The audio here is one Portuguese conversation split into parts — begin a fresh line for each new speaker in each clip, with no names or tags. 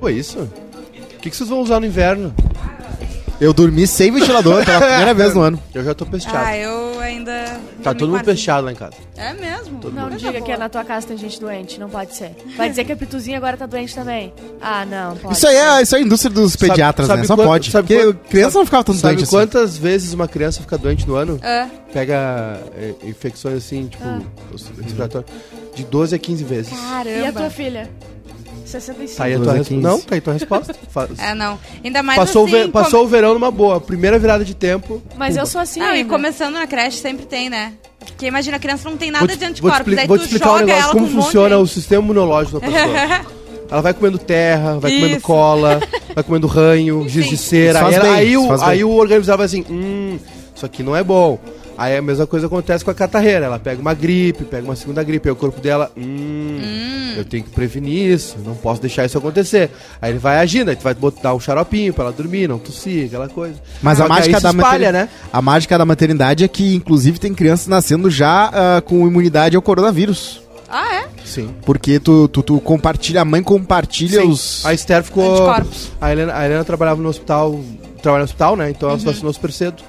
Foi isso? O que, que vocês vão usar no inverno?
Eu dormi sem ventilador pela primeira vez no ano.
Eu já tô pesteado.
Ah, eu ainda.
tá
dormi
todo mundo
quarta-
pesteado lá em casa.
É mesmo?
Não
Coisa
diga que é
boa.
na tua casa tem gente doente, não pode ser. Vai dizer que a Pituzinha agora tá doente também. Ah, não, pode.
Isso aí é, isso é a indústria dos
Sabe-
pediatras,
sabe
né? Só
quant-
pode.
sabe
Porque
quant-
criança não ficava tanto
Sabe
doente assim.
quantas vezes uma criança fica doente no ano?
É. Ah.
Pega é, infecções assim, tipo, respiratórias, de 12 a 15 vezes.
é
E a
Caramba.
tua filha? 65.
Tá aí a
12
tua
a
resposta.
15.
Não, tá aí a tua resposta. Fa-
É, não. Ainda mais
passou
assim,
o ve- passou o verão numa boa. Primeira virada de tempo.
Mas eu sou assim.
Não, e
ainda.
começando na creche sempre tem, né? Porque imagina, a criança não tem nada
Vou te,
de
vou te
anticorpos,
expli-
daí
vou
tu
te explicar um
joga
negócio,
ela
como
com um monte
funciona
de-
o sistema imunológico da pessoa. Ela vai comendo terra, vai comendo
Isso.
cola, vai comendo ranho, giz de cera.
Isso
Aí,
faz
ela-
bem,
aí,
isso
o,
faz bem.
aí o organizador vai assim, hum, isso aqui não é bom. Aí a mesma coisa acontece com a catarreira. Ela pega uma gripe, pega uma segunda gripe, aí o corpo dela, hum, eu tenho que prevenir isso, não posso deixar isso acontecer. Aí ele vai agindo, aí tu vai botar um xaropinho pra ela dormir, não tossir, aquela coisa.
Mas
Só
a
que aí
mágica,
se
da
Ah, espalha,
maternidade,
né?
a mágica da maternidade é que, inclusive, tem crianças nascendo já ah, com imunidade ao coronavírus.
Ah, é?
Sim.
Porque tu, tu, tu compartilha, a mãe compartilha
Sim.
os.
A Esther ficou.
Anticorpos.
A Helena, a Helena trabalhava no hospital. Trabalha no hospital, né? Então ela
Uhum.
se vacinou super cedo.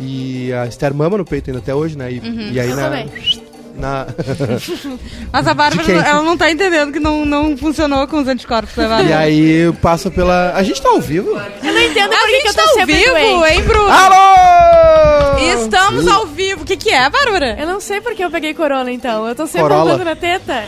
E a Esther mama no peito ainda até hoje, né? E,
Uhum.
e aí
Eu
na.
também.
na-
Mas a
De
Bárbara,
quem?
ela não tá entendendo que não, não funcionou com os anticorpos, né,
e
Bárbara?
aí passa pela. A gente tá ao vivo?
Eu não entendo por que que eu tô
tá ao
sempre
vivo,
doente.
hein, Bruno?
Ah, Alô!
Estamos ao vivo. O que que é, Bárbara?
Eu não sei por que eu peguei corona, então. Eu tô sempre
Corolla.
andando na teta.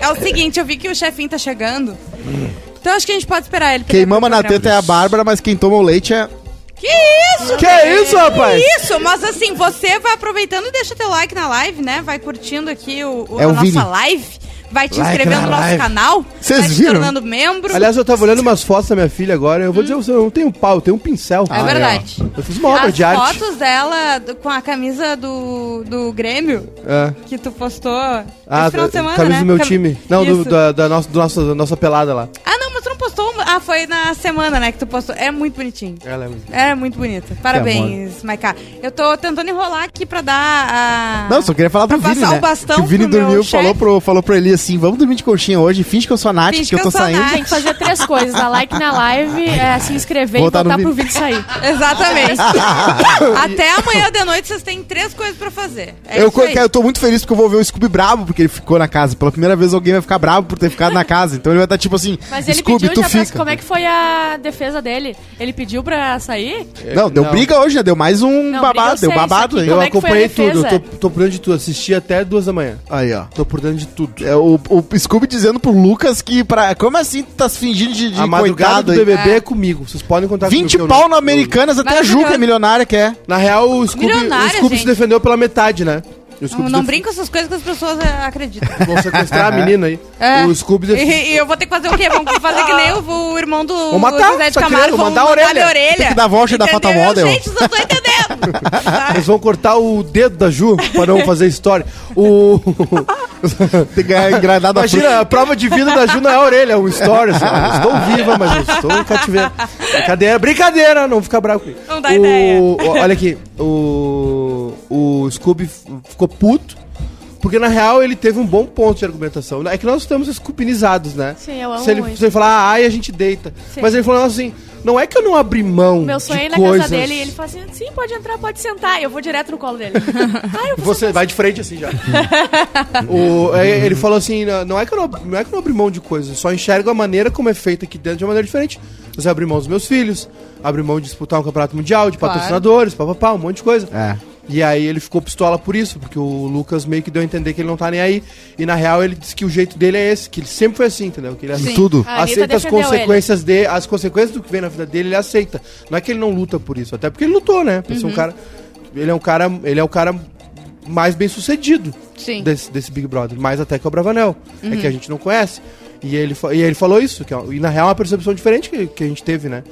É o seguinte, eu vi que o chefinho tá chegando.
Hum.
Então acho que a gente pode esperar ele. pra
Quem
ele
mama
pro
na
programa.
teta é a Bárbara, mas quem toma o leite é.
Que isso?
Que isso, rapaz?
Isso, mas assim, você vai aproveitando e deixa teu like na live, né? Vai curtindo aqui o, o-
É
a
o
nossa
Vini.
live. Vai te
Like
inscrevendo no
na
nosso
live.
canal.
Vocês
vai
viram?
te tornando membro.
Aliás, eu tava olhando umas fotos da minha filha agora. Eu vou dizer, pra você, eu não tenho um pau, eu tenho um pincel.
Hum. é verdade.
Eu fiz uma obra
As
de arte.
fotos dela do- com a camisa do, do Grêmio
É.
que tu postou
Ah,
esse final de semana,
camisa
né?
do meu
Cam-
time. Não, do,
Isso.
da, da nossa, do nosso- da nossa pelada lá.
Ah, não, mas tu não postou. uma- Ah, foi na semana, né, que tu postou. É muito bonitinho.
Ela é muito.
É muito bonita. Parabéns, Maiká. Eu tô tentando enrolar aqui pra dar a...
Não, só queria falar pro
Ah. Pra
Vini,
passar
né?
o bastão
que o Vini
pro meu
dormiu,
chefe.
falou pro, falou pro Eli assim: vamos dormir de conchinha hoje, finge que eu sou nática,
Finge
que eu
que
tô
eu sou
saindo.
nática.
Tem que fazer três coisas. Dar like na live, é, se inscrever
Botar
e
no
botar pro
vídeo.
vídeo sair.
Exatamente. Até amanhã de noite vocês têm três coisas pra fazer. É
eu,
isso aí.
cara, eu tô muito feliz porque eu vou ver o Scooby brabo, porque ele ficou na casa. Pela primeira vez alguém vai ficar bravo por ter ficado na casa. Então ele vai estar tipo assim,
Mas ele
Scooby,
pediu
tu
já pra...
fica.
Como é que foi a defesa dele? Ele pediu pra sair?
Não, deu
é Não.
briga hoje, né? Deu mais um
Não,
babado,
briga
deu
sério,
babado
isso
aí.
aqui.
Eu
Como é que foi a
acompanhei tudo,
defesa?
eu tô, tô por dentro de tudo, assisti até duas da manhã.
Aí, ó.
Tô por dentro de tudo.
É o, o Scooby dizendo pro Lucas que pra. Como assim tu tá se fingindo de, de
a madrugada
coitado
do
aí?
BBB é. comigo, vocês podem contar
20
comigo. que eu
pau
não-
na Americanas, até a
Maravilhoso.
Juca é milionária que é.
Na real, o Scoob, o
Milionária,
Scoob se
gente.
defendeu pela metade, né? O
Não,
Scooby
não
se
brinca com essas coisas que as pessoas é, acreditam.
def- Vão sequestrar a menina aí.
É.
O Scooby...
E,
Def...
e eu vou ter que fazer o quê? Vamos fazer que nem o, o irmão do
Vou matar
do José de
essa
Camargo.
criança,
Vamos
mandar a orelha.
mandar-lhe orelha.
Tem que dar voucher da Fata
Entendeu?
Model.
Gente, vocês não estão entendendo. Tá?
Eles vão cortar o dedo da Ju pra não fazer história. O...
Tem que ganhar engradado a
Imagina, a prova de vida da Ju não é a orelha, é um story. Assim, ah, eu estou viva, mas eu estou em cativeiro. Brincadeira, brincadeira, não fica bravo comigo.
Não dá
O-
ideia.
o- olha aqui, o, o Scooby f- ficou puto, porque na real ele teve um bom ponto de argumentação. É que nós estamos scoopinizados, né?
Sim, eu amo
se ele,
muito.
Se ele falar "Ah, ai, a gente deita.
Sim.
Mas ele falou assim, não é que eu não abri mão
Meu sonho
de
é ir na
coisas.
casa dele e ele fala assim: sim, pode entrar, pode sentar. E eu vou direto no colo dele. Ai, eu vou
Você vai de frente assim já. O- é, ele falou assim: "Não- não é, que eu não, ab- não é que eu não abri mão de coisas, eu só enxergo a maneira como é feita aqui dentro de uma maneira diferente. Você abri mão dos meus filhos, abri mão de disputar um campeonato mundial, de
Claro.
patrocinadores, papapá, um monte de coisa.
É.
E aí ele ficou pistola por isso, porque o Lucas meio que deu a entender que ele não tá nem aí. E na real ele disse que o jeito dele é esse, que ele sempre foi assim, entendeu? Que ele
Em
aceita-
tudo.
A Ah, Anitta
aceita as
defendeu
consequências de as consequências do que vem na vida dele, ele aceita. Não é que ele não luta por isso, até porque ele lutou, né? Pra
Uhum.
ser um cara, ele é um cara, ele é o cara mais bem sucedido
Sim.
desse, desse Big Brother, mais até que o Bravanel, é
Uhum.
que a gente não conhece. E ele, fa- e ele falou isso, que é, e na real é uma percepção diferente que, que a gente teve, né?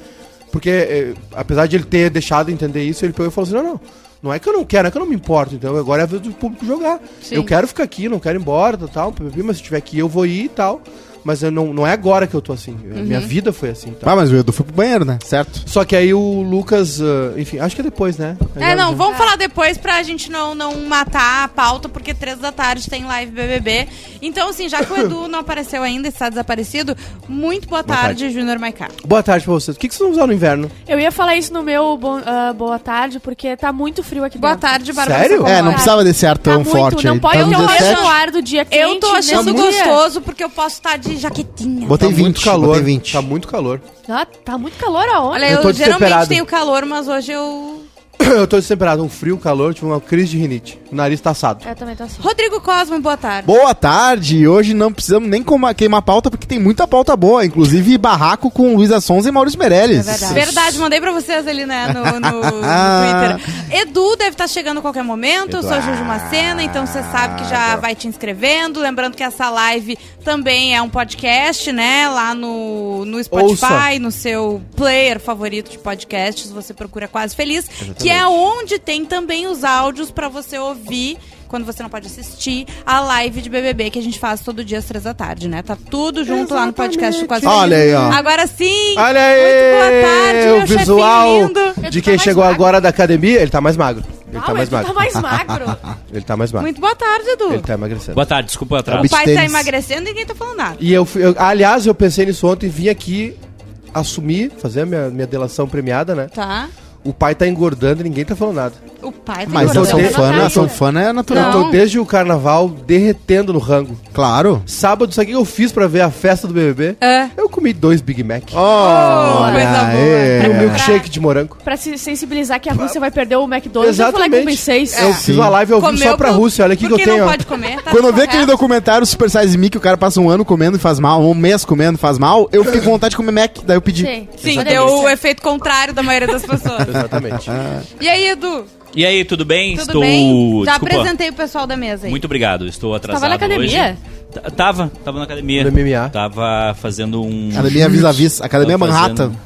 Porque eh, apesar de ele ter deixado entender isso, ele pegou e falou assim: não, não, não é que eu não quero, não é que eu não me importo, então agora é a vez do público jogar.
Sim.
Eu quero ficar aqui, não quero ir embora, tal, tal, mas se tiver que ir, eu vou ir e tal. Mas eu não, não é agora que eu tô assim. Eu-
Uhum.
Minha vida foi assim. tá?
Ah, mas o Edu foi pro banheiro, né? Certo.
Só que aí o Lucas, ah, enfim, acho que é depois, né?
É,
Agora
não,
já-
vamos falar depois pra gente não, não matar a pauta, porque três da tarde tem live BBB. Então, assim, já que o Edu não apareceu ainda, está desaparecido, muito boa, tarde, Júnior Maiká.
Boa tarde pra vocês. O que, que vocês vão usar no inverno?
Eu ia falar isso no meu bom- ah, boa tarde, porque tá muito frio aqui
Boa
dentro.
tarde, Bárbara
Sério?
Sacomori.
É, não precisava desse ar tão
tá
forte
muito, não
aí.
pode
tá
eu
no
tô
17.
achando o ar do dia quente.
Eu tô achando
nesse dia.
gostoso porque eu posso estar de jaquetinha.
Botei
tá
20,
muito calor.
botei 20.
Tá muito calor.
Ah, tá muito calor aonde?
Olha,
Eu
eu,
tô desesperado.
geralmente tenho calor, mas hoje eu.
eu tô destemperado. Um frio, calor, tive uma crise de rinite. O nariz tá assado.
Eu também tô assim.
Rodrigo Cosmo, boa tarde.
Boa tarde. Hoje não precisamos nem coma- queimar pauta, porque tem muita pauta boa. Inclusive, barraco com Luísa Sonza e Maurício Meirelles.
É verdade.
Verdade, mandei pra vocês ali, né, no, no- no
Ah.
Twitter. Edu deve estar chegando a qualquer momento, eu sou
Eduardo.
Juju Macena, então você sabe que já vai te inscrevendo. Lembrando que essa live também é um podcast, né, lá no, no Spotify,
Ouça.
no seu player favorito de podcasts, você procura Quase Feliz, que é onde tem também os áudios pra você ouvir. Quando você não pode assistir a live de BBB que a gente faz todo dia às três da tarde, né? Tá tudo junto lá no podcast do Quase Feliz.
Olha aí, ó.
Agora sim!
Olha aí!
Muito boa tarde,
o
meu
visual
chefinho lindo.
de
Ele tá
quem
mais
chegou
magro.
agora da academia, ele tá mais magro. Ele
Ah,
tá mais
mas tu
magro.
tá mais magro.
Ele tá mais magro.
Muito boa tarde, Edu.
Ele tá emagrecendo.
Boa tarde, desculpa o atraso.
Tá
O pai tá
Beach tênis.
emagrecendo e ninguém tá falando nada.
E eu, fui- eu- aliás, eu pensei nisso ontem, vim aqui assumir, fazer a minha, minha delação premiada, né?
Tá?
O pai tá engordando e ninguém tá falando nada.
O pai tá
Mas a
Eu tô
engordando.
sanfona, a
Não.
sanfona é natural.
Eu tô desde o carnaval derretendo no rango.
Claro.
Sábado, sabe o que eu fiz pra ver a festa do BBB?
É.
Eu comi dois Big Mac.
coisa boa.
E um
aê.
milkshake de morango.
Pra se sensibilizar que a Rússia vai perder o McDonald's, eu vou falar que
Exatamente.
compenseis.
É.
Eu fiz uma live ao vivo só pra
pro-
Rússia, olha aqui que eu
porque
tenho.
não
ó.
pode comer, tá
Quando eu vi
correto.
aquele documentário Super Size Me, que o cara passa um ano comendo e faz mal, um mês comendo e faz mal, eu fiquei com vontade de comer Mac, daí eu pedi.
Sim.
Sim,
Uma
deu o
delícia.
efeito contrário da maioria das pessoas.
Exatamente.
E aí, Edu?
E aí, tudo bem?
Tudo
Estou.
bem? Já
Desculpa.
apresentei o pessoal da mesa aí.
Muito obrigado, estou atrasado.
na academia?
hoje. T- Tava, tava na academia.
No MMA.
Tava fazendo um.
Academia Vis a Vis, Academia
Tava
Manhattan,
fazendo-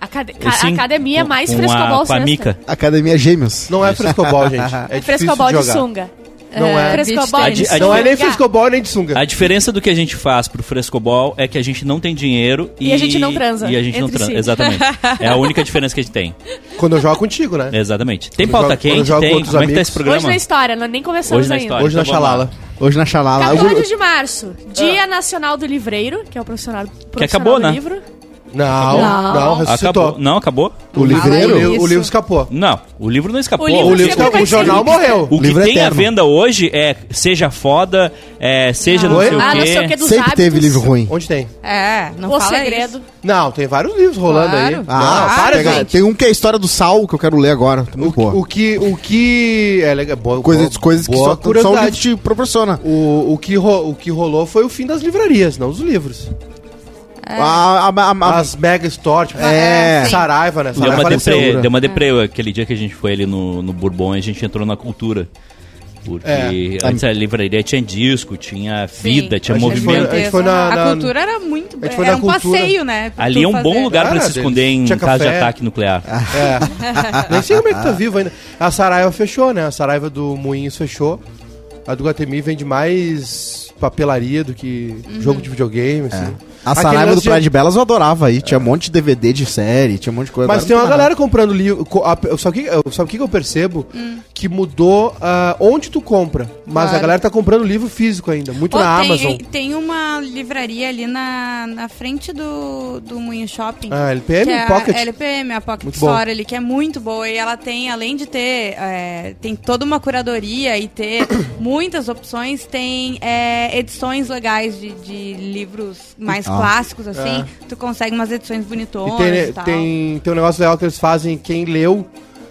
Acad
Eu, sim,
a academia
com-
mais
com
frescobol
a, Com a
sexta.
Mica.
Academia Gêmeos.
Não é frescobol, gente. É
É
difícil
frescobol
de
de,
jogar.
sunga.
Não é.
Frescobol
beach
de
tennis.
sunga.
Não é nem frescobol nem de sunga.
A diferença do que a gente faz pro frescobol é que a gente não tem dinheiro e,
E a gente não transa
E a gente não
entre
transa.
si.
Exatamente. É a única diferença que a gente tem.
Quando eu jogo contigo,
É.
né?
Exatamente. Tem
Quando
pauta
joga- quando
quente,
joga com
tem.
outros
Como é que tá
amigos.
esse programa?
Hoje na história, nós nem começamos
Hoje na
ainda.
história.
Hoje na
então vamos lá.
xalala.
Hoje na Xalala.
14 de março, Dia Nacional do Livreiro, que é o profissional, profissional
acabou,
do
né?
livro.
Não, não,
Não.
ressuscitou.
Acabou. Não, acabou?
Ah,
O
O,
livreiro?
li- o livro escapou.
Não, o livro não escapou.
O livro
O, livro
Sempre
escapou.
vai
o jornal
ser.
morreu.
O que
Livro
tem à
eterno.
venda hoje é seja foda, é seja não,
Oi?
sei o quê.
Ah, não sei o que dos
Sempre teve
hábitos.
livro ruim.
Onde tem?
É, não
O
fala
Segredo.
isso.
Não, tem vários livros rolando
Claro.
aí.
Ah,
não, para,
pega-
gente.
Tem um que é a história do sal que eu quero ler agora. Tá
O,
Muito
que-
boa.
o que. O que. É legal. Boa,
Coisas,
boa-
coisas que
boa
só, só o livro
curiosidade.
te proporciona.
O, o, que ro- o que rolou foi o fim das livrarias, não dos livros.
É.
A- a- a- a-
As mega store, tipo,
Ah. É.
é, Saraiva, né?
Deu
Saraiva
uma,
faleceu,
deprê,
né?
deu uma deprê aquele dia que a gente foi ali no, no Bourbon a gente entrou na cultura. Porque
É.
antes a livraria tinha disco, tinha
Sim.
vida, tinha
A gente
movimento.
foi- a gente foi na-
A
na-
cultura era muito
gente
boa.
foi
Era
na
um
cultura.
passeio, né? pra
Ali é
tu
um
fazer.
bom lugar pra
Era
se
deles.
esconder em
Tinha
caso de
café.
ataque nuclear.
É. Nem sei como é que tá vivo ainda. A Saraiva fechou, né? A Saraiva do Moinhos fechou. A do Guatemi vende mais papelaria do que
Uhum.
jogo de videogame, assim.
É. a
Aquele
Saraiva do
lance de-
Praia de Belas eu adorava aí. Tinha um monte de DVD de série, tinha um monte de coisa.
Mas
Era
tem uma
muito
galera comprando livro. co- a- eu- Sabe o que, eu- sabe o que que eu percebo? Que mudou ah, onde tu compra. Mas
Hum. Claro.
a galera tá comprando livro físico ainda, muito
Pô,
na
tem,
Amazon.
Tem uma livraria ali na, na frente do, do Moinho Shopping.
Ah, LPM,
que é
Pocket.
A LPM, a Pocket
Muito
Store ali, que é muito boa. E ela tem, além de ter, é, tem toda uma curadoria e ter muitas opções, tem é, edições legais de, de livros mais clássicos, assim. Tu consegue umas edições bonitonas
Ah. É. E
e,
tem,
tal.
tem, tem um negócio legal que eles fazem, quem leu,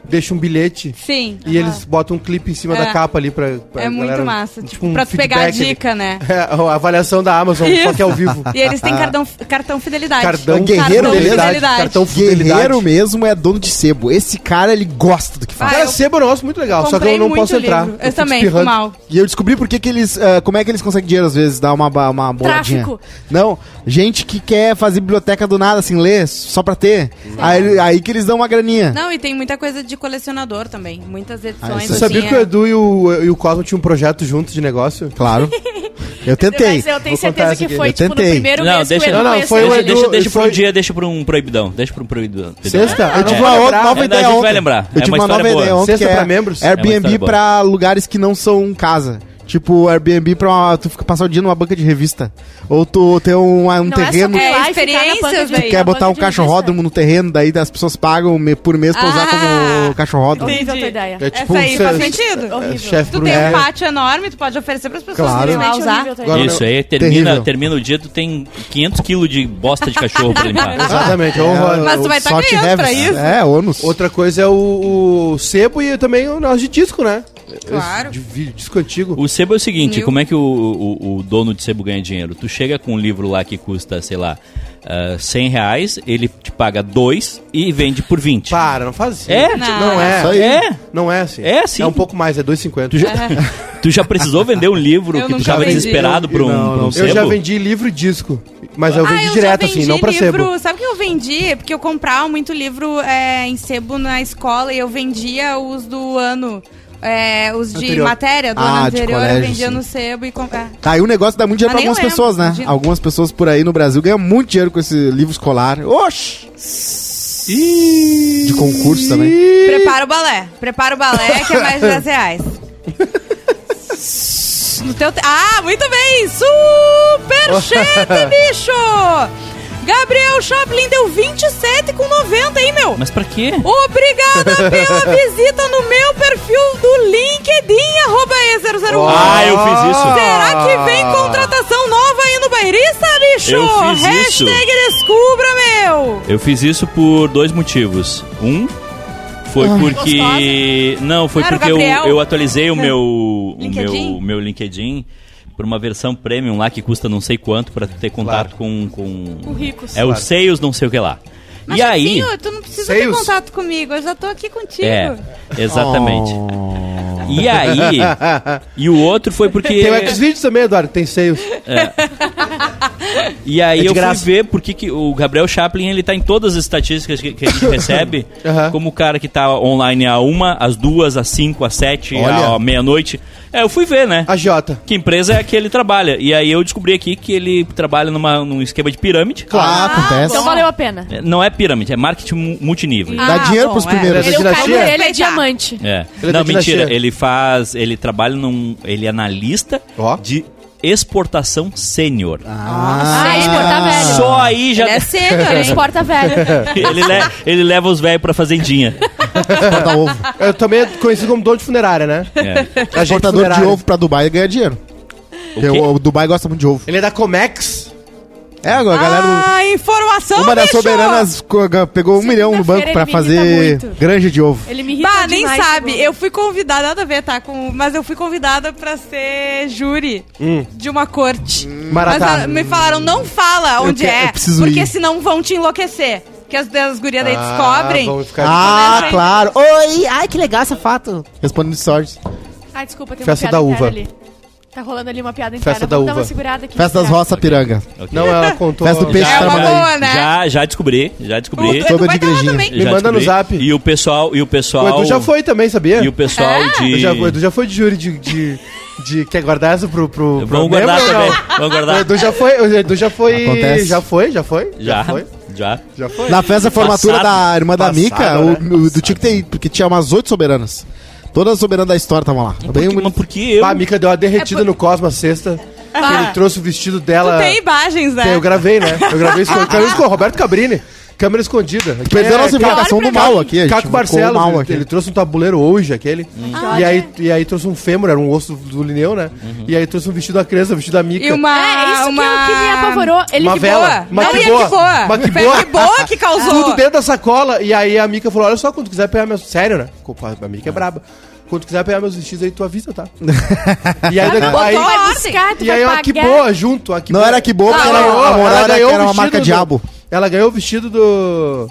deixa um bilhete.
Sim.
E eles botam um clipe em cima
É.
da capa ali pra, pra
É muito
galera-
massa. Tipo,
um
pra tu pegar a
feedback ali.
dica, né?
É, a avaliação da Amazon, só que é ao vivo.
E eles têm cartão, cartão fidelidade.
Cardão-
Guerreiro,
cartão
beleza?
fidelidade.
Cartão
Guerreiro
fidelidade.
mesmo é dono de sebo. Esse cara, ele gosta do que faz.
Ah,
Cara,
eu
sebo é um negócio muito legal, só que
Comprei
eu não
muito
posso entrar.
livro. Eu,
fico
também, fico
espirrando.
mal.
E eu descobri por que que eles... ah, como é que eles conseguem dinheiro, às vezes, dar uma, ba- uma boladinha.
Tráfico.
Não, gente que quer fazer biblioteca do nada, assim, ler, só pra ter. Aí, aí que eles dão uma graninha.
Não, e tem muita coisa de de colecionador também. Muitas
Ah,
edições.
isso
Você
aí.
assim,
sabia que o
é-
Edu e o, e o Cosmo tinham um projeto juntos de negócio?
Claro. Eu tentei.
Mas eu tenho
Vou
certeza
contar
que
essa
foi,
aqui.
tipo,
Eu
no
tentei.
primeiro
Não,
mês
deixa-
que o Edu
Não,
não,
conheceu
foi o
ele.
Deixa, deixa,
Edu,
deixa pra um
foi-
dia, deixa pra um proibidão. Deixa pra um proibidão. entendeu? É.
Sexta?
Eu tive
Ah,
uma
não.
outra nova
Ainda a
ideia
gente vai
ontem.
lembrar.
Eu
É
tive
uma
uma,
história
nova
boa.
ideia ontem que
Sexta
é
pra membros?
É uma
Airbnb
história boa.
pra lugares que não são casa. Tipo, Airbnb pra uma- tu fica passar o dia numa banca de revista. Ou tu ter um, um
Não é só
terreno,
tu ir lá e ficar na
experiências,
banca de-
velho.
quer botar
na banca
um
de revista.
cachorródromo no terreno, daí as pessoas pagam me- por mês pra usar
Ah,
como cachorródromo.
entendi.
Horrível a tua ideia.
É
Essa aí faz
cê-
sentido.
É,
Horrível.
chefe
Tu
Bruno.
tem um
É.
pátio enorme, tu pode oferecer pras pessoas
Claro.
irem lá
Realmente
usar.
horrível a tua
Agora-
ideia.
Isso aí, termina,
Terrível.
termina o dia, tu tem 500 quilos de bosta de cachorro pra limpar.
Exatamente.
Ah,
É,
honra-
Mas tu vai tá
sorte
ganhando pra
heavies.
isso.
É, ônus.
Outra coisa é o, o sebo e também o negócio de disco, né?
Claro.
Esse De vídeo, disco antigo.
O sebo é o seguinte,
Mil.
como é que o, o- o dono de sebo ganha dinheiro? Tu chega com um livro lá que custa, sei lá, ah, 100 reais, ele te paga 2 e vende por 20.
Para, não faz assim.
É?
Não,
Ah,
é.
Isso aí.
É?
Não é assim.
É assim.
É um pouco mais, é 2,50.
Tu já, tu já precisou vender um livro
Eu
que tu
nunca
tava
vendi.
desesperado por um,
Não,
por um
não.
sebo?
Eu já vendi livro e disco. Mas eu
Ah,
vendi
eu
direto,
já vendi
assim, não pra
livro.
sebo.
Sabe o que eu vendi? Porque eu comprava muito livro é, em sebo na escola e eu vendia os do ano. é, os de
Anterior.
matéria do
Ah,
ano
de
anterior,
colégio,
eu vendia
sim.
no sebo e é. comprava.
Tá, e o negócio dá muito dinheiro
Ah,
pra
nem
algumas
lembro
pessoas, né?
de-
Algumas pessoas por aí no Brasil ganham muito dinheiro com esse livro escolar. Oxi! De concurso também.
Prepara o balé. Prepara o balé, que é mais de 10 reais. No teu te- Ah, muito bem! Superchat, bicho! Gabriel Chaplin deu 27,90, hein, meu?
Mas pra quê?
Obrigada pela visita no meu perfil do LinkedIn, arroba E001.
Ah, eu fiz isso.
Será que vem contratação nova aí no Bairrista, bicho?
Eu fiz isso.
Hashtag descubra, meu!
Eu fiz isso por dois motivos. Um foi porque não, foi
Não era o
porque eu,
Gabriel?
eu atualizei o meu o
LinkedIn?
meu meu LinkedIn por uma versão premium lá que custa não sei quanto pra tu ter contato com com
Com ricos.
É o Sales não sei o que lá.
Mas, é assim,
e aí
Chiquinho, tu não precisa ter
Seios?
contato comigo, eu já tô aqui contigo.
é, exatamente.
Oh.
E aí e o outro foi porque
Tem um o Xvideos também, Eduardo, que tem seios.
E aí
É de
eu
graça.
fui ver por que que o Gabriel Chaplin ele tá em todas as estatísticas que, que a gente recebe,
Aham.
como o cara que tá online a uma, às duas, às cinco, às sete,
Olha.
à meia-noite. É, eu fui ver, né?
A Jota.
Que empresa é que ele trabalha. E aí eu descobri aqui que ele trabalha numa, num esquema de pirâmide.
Claro, acontece.
Então valeu a pena.
É, Não é pirâmide, é marketing mu- multinível.
Ah.
Dá dinheiro pros primeiros.
Ele, é o cara,
Dinastia?
ele é diamante.
É.
Ele é
Não,
da dinastia.
mentira. Ele faz. Ele trabalha num. Ele é analista
Ó.
de exportação sênior.
Ah, exportar velho.
Só aí já.
Tá Ele é sênior,
Ele
hein?
exporta velho.
ele, le- ele leva os velhos pra fazendinha.
Exporta ovo.
Eu também é conhecido como dono de funerária, né?
É.
Agente
Exportador de
funerário.
ovo pra Dubai ganha dinheiro. Porque
quê?
o, o Dubai gosta muito de ovo.
Ele é da Comex.
É, agora a galera. do-
Ah, informação,
uma das
bicho!
soberanas co- ga- pegou um milhão no banco
ele
pra
me
fazer
irrita muito.
granja de ovo.
Ele me irrita
Bah, nem
tá demais,
sabe.
Bruno.
Eu fui convidada, nada a ver, tá? Com, mas eu fui convidada pra ser júri
Hum.
de uma corte.
Maratá.
Mas ah, me falaram, não fala onde
que-
é,
Hum. eu preciso
porque
ir.
senão vão te enlouquecer. Que as, as gurias daí
Ah,
descobrem.
vamos ficar
Ah,
Começa aí.
claro. Oi, ai que legal essa foto. Respondendo stories.
Ai, desculpa, tem
Festa
uma piada
da uva.
interna ali. Tá rolando ali uma piada interna.
Festa da
Vamos dar
uva.
uma segurada aqui.
Festa das
respirar.
roças piranga.
Não, ela contou.
Festa do peixe
Já,
é uma
trabalha aí.
boa, né?
Já, já descobri, já descobri.
O
Toda
Edu vai
de
tá lá
igrejinha.
também.
Me
Já
manda no
descobri.
zap.
E o pessoal, e o
O
pessoal.
Edu já foi também, sabia?
E o pessoal
É?
de.
Eu já, o Edu já foi de júri de. de, de- quer guardar essa pro. pro, pro
Vamos guardar
membro ou não?
também. Vamos
O
guardar.
Edu já foi. O Edu já foi.
Acontece.
Já foi, já foi?
Já,
foi?
já.
Já foi?
Na festa de formatura
Passado.
da irmã da
Passado,
Mica, o,
né?
o- do tinha que ter, porque tinha umas oito soberanas. Todas as soberanas da história estavam lá. Bem
Porque, mas
bonito.
por que eu?
Pá, a Mica deu uma derretida no Cosmo a sexta. que Ele trouxe o vestido dela.
Tu tem imagens, né?
Tem, eu gravei, né? Eu gravei escondido. Câmera com Roberto Cabrini. Câmera escondida. Aqui é
Perdeu a nossa
Ca-
invocação
pra
do
mim.
mal aqui. a gente
Caco
invocou
Barcelos,
o mal
ele,
aqui.
ele trouxe um tabuleiro hoje, aquele. E, aí, e aí trouxe um fêmur, era um osso do Lineu, né?
Uhum.
E aí trouxe um vestido da criança, um vestido da Mica.
E uma.
É, isso
Ah, uma...
que, é o que me apavorou. Ele
Uma
que
vela.
boa.
Mas
não,
que
e
boa.
a que boa.
Mas que
Foi
boa.
a que boa que causou.
Tudo dentro da sacola. E aí a Mica falou: Olha só, quando tu quiser pegar meus. Sério, né? Co- A Mica é braba. Quando tu quiser pegar meus vestidos aí, tu avisa, tá? e aí,
Botou,
aí,
vai buscar, tu
e
vai
aí
pagar.
uma que boa junto. a que
Não
boa.
era que boa,
Ela
Ah,
porque era,
ganhou-
a moral
ela
era,
ganhou o
era uma
vestido
marca
do-
diabo.
Ela ganhou o vestido do.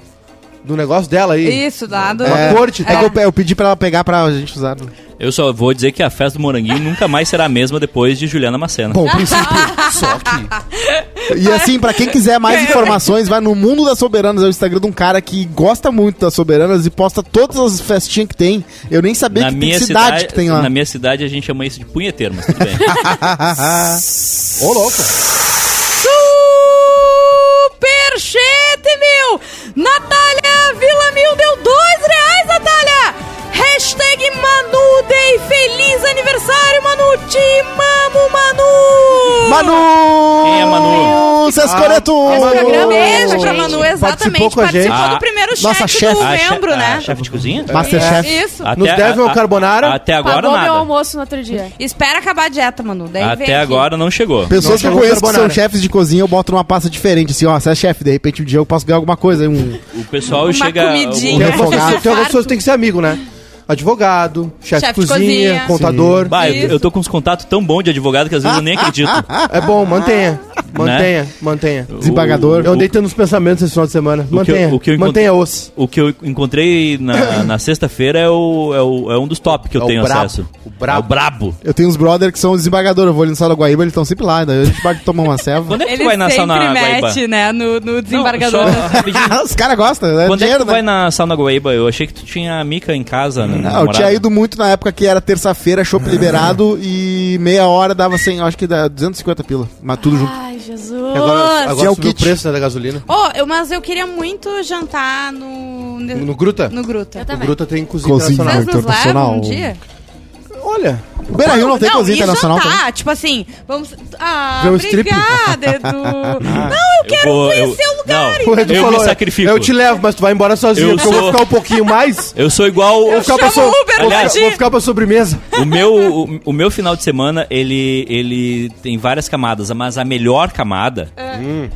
do negócio dela aí.
Isso, dado.
Uma
É,
corte, tá?
é que eu, eu pedi pra ela pegar pra gente usar. né? no-
Eu só vou dizer
É.
que a festa do Moranguinho nunca mais será a mesma depois de Juliana Macena.
Bom princípio. Só que. E assim, pra quem quiser
É.
mais informações, vai no Mundo das Soberanas, é o Instagram de um cara que gosta muito das Soberanas e posta todas as festinhas que tem. Eu nem sabia
na
que
minha
tem
cidade,
cidade, que tem lá.
Na minha cidade a gente chama isso de punheteiro, mas tudo bem.
Ô, louco.
Superchete, meu! Natália Vila Mil deu dois reais, Natália! Hashtag Manu Day, feliz aniversário, Manu! Te amo, Manu!
Manu!
Quem é Manu?
Sescoreto!
Ah.
programa
Beijo é pra
Gente,
Manu,
participou
exatamente.
com a gente.
Participou do
Ah,
primeiro
nossa
chefe
chefe.
do
A che-
membro,
a
né? É,
chefe de cozinha?
é
Masterchef.
Isso.
Até-
Nos deve
a-
uma carbonara?
Até agora
Pagou meu
nada.
almoço no outro dia.
Espera acabar a dieta, Manu. Daí vem
Até
aqui.
agora não chegou.
Pessoas
Não,
que eu conheço que são
carbonara.
chefes de cozinha, eu boto numa pasta diferente, assim, ó, você é chefe, de repente um dia eu posso ganhar alguma coisa, um...
O pessoal
Uma
chega.
comidinha.
o-
Tem,
né?
algumas pessoas- tem algumas
Farto.
pessoas que tem que ser amigo, né? Advogado, chefe de
Chefe de
cozinha,
cozinha.
contador.
Bah, eu, eu tô com uns contatos tão bons de advogado que às vezes eu nem acredito.
É bom,
Né?
mantenha. Mantenha, mantenha.
Desembargador.
Eu andei tendo uns pensamentos esse final de semana.
que eu-
Mantenha,
o que eu encont-
mantenha os.
O que eu encontrei na, na sexta-feira é, o, é, o- é um dos top que eu
É o
tenho
brabo.
acesso.
O brabo.
É o brabo.
Eu tenho uns brother que são desembargador, eu vou ali no Guaíba, eles estão sempre lá, daí a gente vai tomar uma ceva.
Quando é que
Ele
tu vai na
sempre
sauna Guaíba?
mete, né, no, no desembargador.
Não, só- rapidinho.
Os caras gostam, é
Quando
dinheiro,
é que tu
né? Ah,
vai na sauna Guaíba? Eu achei que tu tinha a mica em casa, né?
Não, eu tinha ido muito na época que era terça-feira, show liberado, e meia hora dava 100, acho que dá 250 pila, mas tudo junto.
Ai, Jesus.
Agora,
Que é
agora
o
subiu o
kit.
preço né, da gasolina.
Ô, eu, mas eu queria muito jantar no...
No
No,
Gruta?
no Gruta.
Eu
O
também.
Gruta tem cozinha,
Cozinha.
internacional.
Vocês nos levam
internacional.
um dia?
Olha,
O Beira Rio não tem cozinha
e
internacional então.
jantar,
também.
tipo assim, vamos...
tá?
Ah,
Ver um strip?
obrigada, Edu. Não, eu quero conhecer o lugar.
Não, eu me
"Olha,
sacrifico.
Eu te levo, mas tu vai embora sozinho,
Eu
porque eu vou
sou-
ficar um pouquinho mais.
Eu sou igual.
Vou ficar, pra
chamo
so-
o Uber
vou,
pra
ficar,
ti.
vou ficar pra sobremesa.
O meu, o, o meu final de semana, ele, ele tem várias camadas, mas a melhor camada,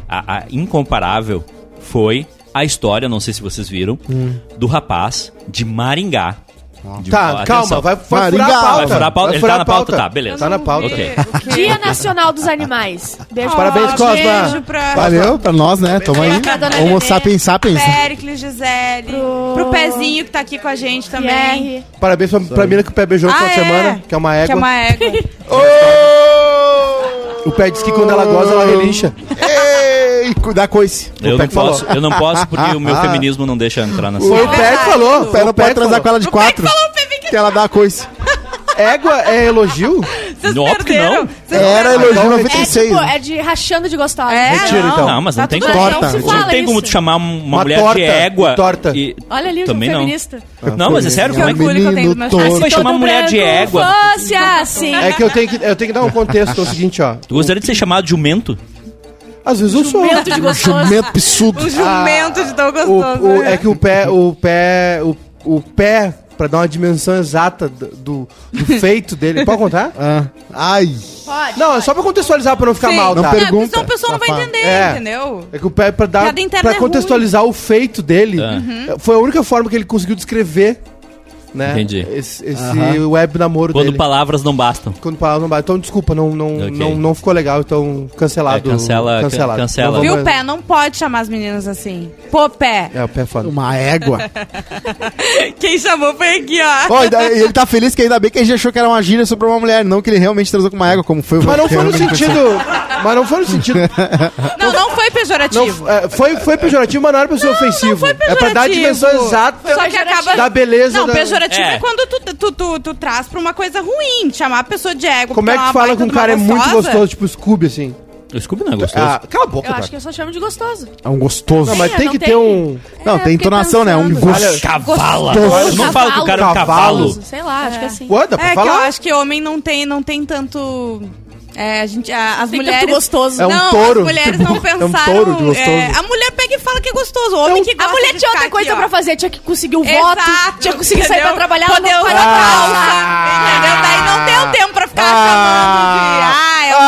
a, a incomparável, foi a história, não sei se vocês viram, do rapaz de Maringá. De-
Tá,
ó,
calma,
atenção.
vai, vai furar
Maringá.
a pauta.
Vai furar a pauta? Ele tá na pauta? Tá, beleza.
Tá na pauta.
Ok.
Dia Nacional dos Animais. Beijo pra
Parabéns,
vocês.
Cosma.
Beijo pra...
Valeu, pra nós, né? Tamo aí.
Pra dona
Homo
Nenê.
sapiens sapiens.
Péricles, Gisele. Pro...
Pro-
Pezinho que tá aqui com a gente também.
Pierre.
Parabéns pra, pra mina que o pé beijou no
Ah,
final de
é.
semana, que é uma
Que é
égua.
uma égua.
O pé diz que quando ela goza, ela relincha.
Ei, cu- dá coice.
Eu
O
não,
Peck falou.
posso, eu não posso porque o meu feminismo não deixa entrar nessa.
Foi o
Verdade.
pé que falou.
O pé não pode transar com ela de quatro,
Falou, Pepe, que
que ela dá a coice.
Égua é elogio?
vocês
Não, óbvio que
perderam.
não.
Vocês
Era
perderam.
elogio
É,
96.
tipo,
né?
é de rachando de gostosa.
É,
Mentira,
não.
então.
Não, mas não
Tá
tem
tudo
como.
bem,
Torta.
Não se
Não
fala
tem como
isso.
tu chamar uma, mulher
torta,
de égua.
torta.
e-
Olha ali o
Também não.
feminista.
Não, mas é sério? Como é que
orgulho que eu tenho dos meus
Menino
tu vai
Todo
chamar mulher de
branco
égua?
Fosse assim.
É que eu tenho que, eu tenho que dar um contexto. que É o seguinte, ó.
Tu gostaria de ser chamado de jumento?
Às vezes eu sou.
Jumento de gostoso.
Um Jumento pissudo.
Um jumento de tão
Ah, O,
gostoso. né?
o- é que o pé, o pé, o, o pé, pra dar uma dimensão exata do, do- do feito dele. Pode contar?
Ah, ai.
Não, é só pra contextualizar, pra não ficar
Sim.
mal,
Não
tá?
pergunta.
Senão o pessoal não vai
Rafa.
entender,
É.
entendeu?
É que o pé, pra, dar,
Piada interna
pra
é
contextualizar o feito dele,
É.
Uhum. foi a única forma que ele conseguiu descrever, né?
Entendi.
Esse, esse
Aham.
web namoro
Quando
dele.
palavras não bastam.
Quando palavra não bate. Então, desculpa, não, não,
Ok.
não, não ficou legal, então cancelado.
É, cancela,
cancelado.
can- cancela.
Não vamos-
Viu, pé? Não pode chamar as meninas assim. Pô, pé.
É, o pé é foda.
Uma égua.
Quem chamou foi aqui, ó.
Ó, e daí ele tá feliz que ainda bem que a gente achou que era uma gíria sobre uma mulher, não que ele realmente transou com uma égua, como foi o né,
Mas não
que
foi no
realmente aconteceu.
sentido. Mas não foi no sentido.
Não, não foi
Não,
pejorativo.
é, foi, foi pejorativo, mas não era pra ser ofensivo.
foi
É pra dar a
pejorativo.
dimensão exata
Só que acaba.
da beleza.
Não,
da...
pejorativo
É.
é, quando tu, tu, tu, tu traz pra uma coisa ruim, chamar a pessoa de ego.
Como é que fala que um cara é muito gostoso, tipo Scooby, assim?
O Scooby não é gostoso.
Ah, cala a boca,
Eu acho
cara.
que eu só chamo de gostoso.
É um gostoso.
Não, mas
É,
tem
não
que
tem-
ter um.
É,
Não, tem entonação, né? Um gostoso.
Cavala!
Gostoso.
Eu não falo que o cara é um
Cavalo.
cavalo.
Cavalo.
Sei lá, acho que é assim.
Ué, dá pra
É que eu
falar?
acho que homem não tem, não tem tanto. É, a gente, a- as
Tem tanto
mulheres.
gostoso.
É um
não,
touro.
as mulheres não
É
pensaram.
um touro de gostoso.
é, a mulher pega e fala que é gostoso. O homem que
A
gosta
mulher
de
tinha outra
ficar
coisa
aqui, ó.
pra fazer, tinha que conseguir o
Exato,
voto, tinha que conseguir sair
entendeu?
pra trabalhar, ela
Poder
não
usar
pode atrás.
calça, entendeu? Daí não deu tempo pra ficar chamando de... Ah, é um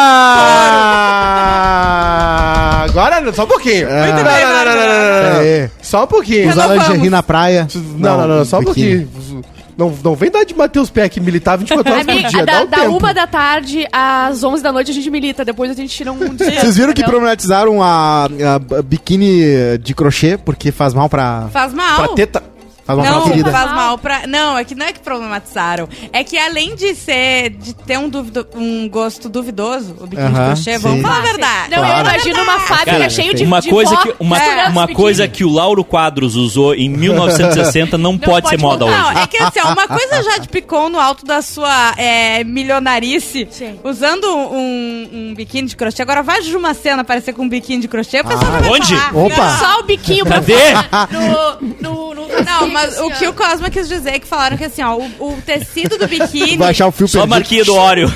Ah, agora, só um pouquinho.
Muito
não,
bem,
não, não, não, não, não, não.
É.
Só um pouquinho.
Usar
não
lingerie
vamos.
na praia.
Não, não, não, não, só um
biquíni.
pouquinho. Não, não vem dar de Matheus Pé que militar 24 horas por
Amiga,
dia.
da,
dá um
da
tempo.
uma da tarde às 11 da noite a gente milita, depois a gente tira um
Vocês
dia.
É,
viram que
entendeu?
problematizaram a, a b- biquíni de crochê porque faz mal pra.
Faz mal.
Pra teta.
Faz uma
não,
preferida.
faz mal pra. Não, é que não é que problematizaram. É que além de ser. de ter um, duvido- um gosto duvidoso, o biquíni
Aham,
de crochê, vamos
sim.
falar a
Não,
verdade.
eu imagino uma fábrica
Cara,
cheia É, de
uma
de É.
coisa
pó,
que uma,
misturando
uma
os
coisa
biquíni.
que o Lauro Quadros usou em 1960 não, pode,
pode
ser moda
voltar.
hoje.
Não, é que assim, ó, uma coisa já de picou no alto da sua é, milionarice,
Sim.
usando um, um biquíni de crochê. Agora vai de uma cena aparecer com um biquíni de crochê, o pessoal
Ah.
já vai
Onde?
falar.
Opa!
Não,
Só o biquinho pra
Cadê?
fora. No, no, no
Não, mas o que o
eu
Cosma quis dizer é que falaram que assim, ó, o, o tecido do biquíni,
Vai achar o fio
Só a
perdido.
marquinha do óleo.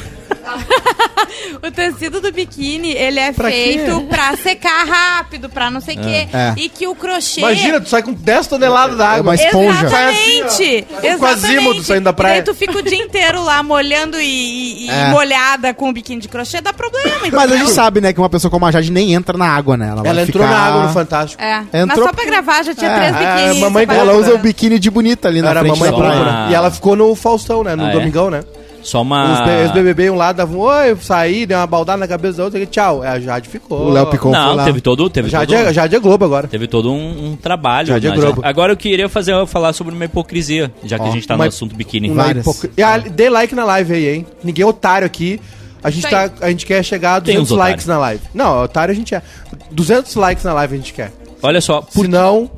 o tecido do biquíni, ele é
Pra quê?
feito pra secar rápido, pra não sei o quê.
É.
E que o crochê.
Imagina, tu sai com 10 toneladas
É
d'água.
uma esponja.
Exatamente!
Sai assim, ó. Sai com quasímodo saindo da
E
praia.
daí tu fica o dia inteiro lá molhando e, e- e
É.
molhada com o biquíni de crochê, dá problema, entendeu?
Mas a gente sabe, né, que uma pessoa como a Jade nem entra na água, né? Ela, vai
Ela entrou
ficar-
na água no Fantástico.
É. Mas
Entrou-
só pra gravar já tinha
É,
três
a
biquínis.
mamãe
separados,
Ela usa
né?
o biquíni de bonita ali na
Era a
frente
mamãe né?
da
só uma-
praia.
púrpura. E ela ficou no Faustão, né? No
Ah, é?
Domingão, né?
Só
Os
uma.
Ah.
be- os BBB um lado davam, oi, eu saí, deu uma baldada na cabeça da outra, e tchau. É, a Jade ficou.
O Léo Picon foi
Não,
lá.
teve todo, teve
Jade,
todo um-
é, Jade é Globo agora.
Teve todo um, um trabalho.
Já de
né?
Globo.
Agora eu queria fazer, eu falar sobre uma hipocrisia, já que
Ó,
a gente tá
uma-
no assunto biquíni.
Uma
várias.
hipoc- E, ah, dê like na live aí, hein? Ninguém é otário aqui. A gente,
Isso aí.
tá, a gente quer chegar a
Tem
200
uns otários.
likes na live. Não, otário a gente é. 200 likes na live a gente quer.
Olha só, por, Ah.
Por não,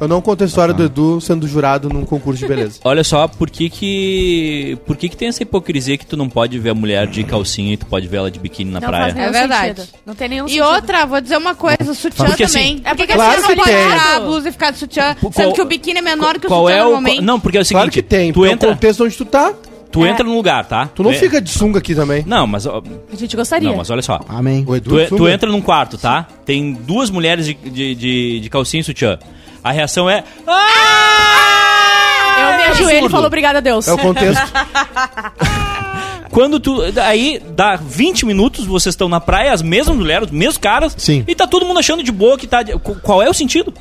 eu não conto a história do Edu sendo jurado num concurso de beleza.
olha só, por que que, por que que tem essa hipocrisia que tu não pode ver a mulher de calcinha e tu pode ver ela de biquíni na
Não faz
praia?
nenhum
É verdade.
sentido. Não tem nenhum
E
sentido.
outra, vou dizer uma coisa, o sutiã
Porque, assim,
também.
é porque
Claro
você
que
não pode
tem.
tirar a blusa e ficar de sutiã,
Qual-
sendo que o biquíni é menor que o
Qual
sutiã
é o
normalmente.
Não, porque é o seguinte,
claro que tem,
tu
porque é o
entra,
contexto onde tu tá.
tu entra num lugar, tá?
Tu não
É-
fica Ah, de sunga aqui também.
Não, mas ó,
A gente gostaria.
não, mas olha só.
Amém.
O Edu
Tu,
de
tu
sunga.
entra num quarto, tá? Tem duas mulheres de, de, de, de calcinha e sutiã. A reação é. Ah!
Eu me
É
ajoelho e
absurdo.
falo obrigada a Deus.
É o contexto.
Quando tu. Aí dá 20 minutos, vocês estão na praia, as mesmas mulheres, os mesmos caras.
Sim.
E tá todo mundo achando de boa que tá. de- qu- Qual é o sentido?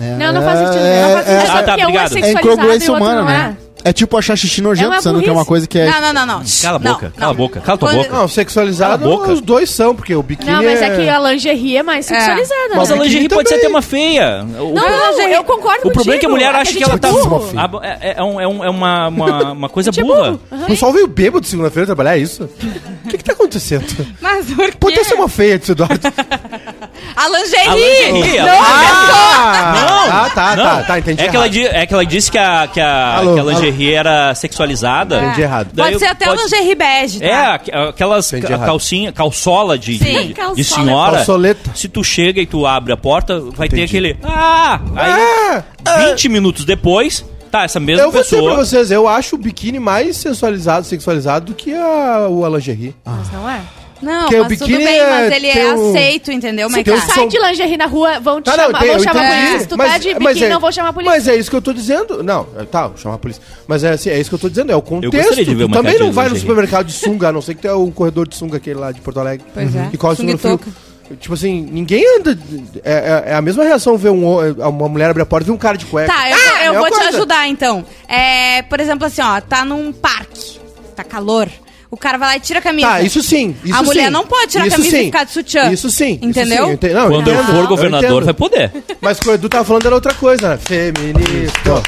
É,
Não, não faz sentido.
É,
não faz
é-
sentido.
Ah,
Só
tá,
que um é
obrigado.
é
sexualizado e
incongruência
o outro
humana,
não é.
né? É tipo achar xixi nojento,
É uma
sendo que é uma
burrice.
coisa que é...
Não, não, não, não.
Cala a
Não,
boca, cala
não.
a boca, cala tua
Quando-
boca.
Não, sexualizado
Cala a boca.
os dois são, porque o biquíni
Não, mas é que
é...
a lingerie é mais sexualizada.
Mas a
né?
biquíni
lingerie pode ser
também.
até uma feia. O,
Não, não, eu concordo
o problema é que a
contigo.
mulher acha que
a
ela
gente
tá.
é burro.
Sim.
Ah, bo- É, é um- é um- é uma, uma, uma coisa
é
burra.
burro.
O pessoal veio bêbado segunda-feira trabalhar, é isso? O que que tá acontecendo?
Mas por quê?
Podia ser uma feia disso, Eduardo.
A
A
lingerie!
lingerie, a
Ah, Tá, tá,
Não,
tá, tá, entendi
é que, ela,
errado.
di- é que ela disse que a, que a,
Alô,
que a lingerie era sexualizada.
Entendi errado.
Daí
Pode ser até o
pode-
lingerie bege, tá?
É, aqu- aquelas
Entendi
ca-
errado.
calcinha, calçola de,
Sim,
de- de
calçola.
senhora.
Calçoleta.
Se tu chega e tu abre a porta, vai ter
Entendi.
aquele. Ah! Aí,
Ah,
20 minutos depois, tá, essa mesma
eu vou dizer pra
pessoa.
vocês, eu acho o biquíni mais sensualizado, sexualizado do que a, o a lingerie.
Mas não é.
Não,
Porque o
mas tudo
biquíni
bem, mas
é-
ele é
tem o-
aceito, entendeu, tá.
Se
tem
tu
o
Maiká?
sai
som- Ah,
de lingerie na rua, vão te chamar,
Tá, tem-
vão
eu
chamar a
entendi,
polícia. Se tu
mas-
tá de
mas
biquíni,
é-
não vão chamar a polícia.
Mas é isso que eu tô dizendo. Não, é, tá, vou chamar a polícia. Mas é assim, é isso que eu tô dizendo, é o contexto.
gostaria de ver
Tu
uma
também
cadeia
não
de
vai no
lingerie.
supermercado de sunga, a não ser que tenha o corredor de sunga aquele lá de Porto Alegre.
Pois é,
E corre sunga no fio.
sunguitoca.
Tipo assim, ninguém anda. É, é- é a mesma reação ver um, uma mulher abrir a porta e ver um cara de cueca.
Tá, eu,
Ah,
eu
mesma
vou te
coisa.
ajudar então. É, por exemplo, assim, ó, tá num parque, tá calor. O cara vai lá e tira a camisa.
Tá, isso sim. Isso
a mulher
sim.
não pode tirar a
Isso
camisa e
sim.
ficar de sutiã.
Isso sim. isso
Entendeu?
sim, eu entendo. Não,
Quando eu
entendo,
for governador,
entendo.
vai poder.
Mas o que o Edu tava falando era outra coisa, né? Feministo,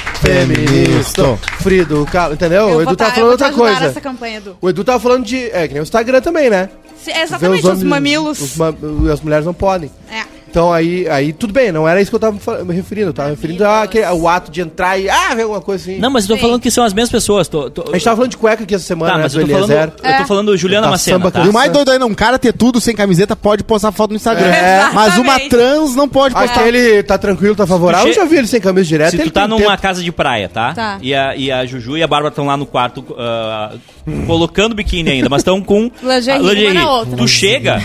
feministo, frido, calo, entendeu?
Eu
o
vou
Edu
tá-
tava
eu
falando
vou te
outra
ajudar
coisa.
nessa campanha, Edu.
O Edu tava falando de. É, que nem o Instagram também, né?
Se- Exatamente, os,
Ver homens-
mamilos.
os ma- as mulheres não podem.
É.
Então aí, aí tudo bem, não era isso que eu tava fal- me referindo. Eu tava me referindo a aquele- ao ato de entrar e. Ah, ver alguma coisa assim.
Não, mas eu tô
Sim.
falando que são as mesmas pessoas. Tô, tô-
A gente tava falando de cueca aqui essa semana,
tá,
né?
mas
do
eu tô falando.
Eliezer.
É,
Eu tô falando Juliana
Tá,
Macena,
samba
tá?
E
com-
o mais doido ainda, um cara ter tudo sem camiseta pode postar foto no Instagram.
É.
Mas uma
Exatamente.
trans não
É.
pode postar.
Aquele tá tranquilo, tá favorável. Eu
Se tu
já vi ele sem camisa
É
direto.
Se tu
ele
tá
tem
numa
tempo.
casa de praia, tá?
Tá.
E a, e a Juju e a Bárbara estão lá no quarto ah, colocando biquíni ainda, mas estão com
Lingerie,
uma na outra.
Tu chega,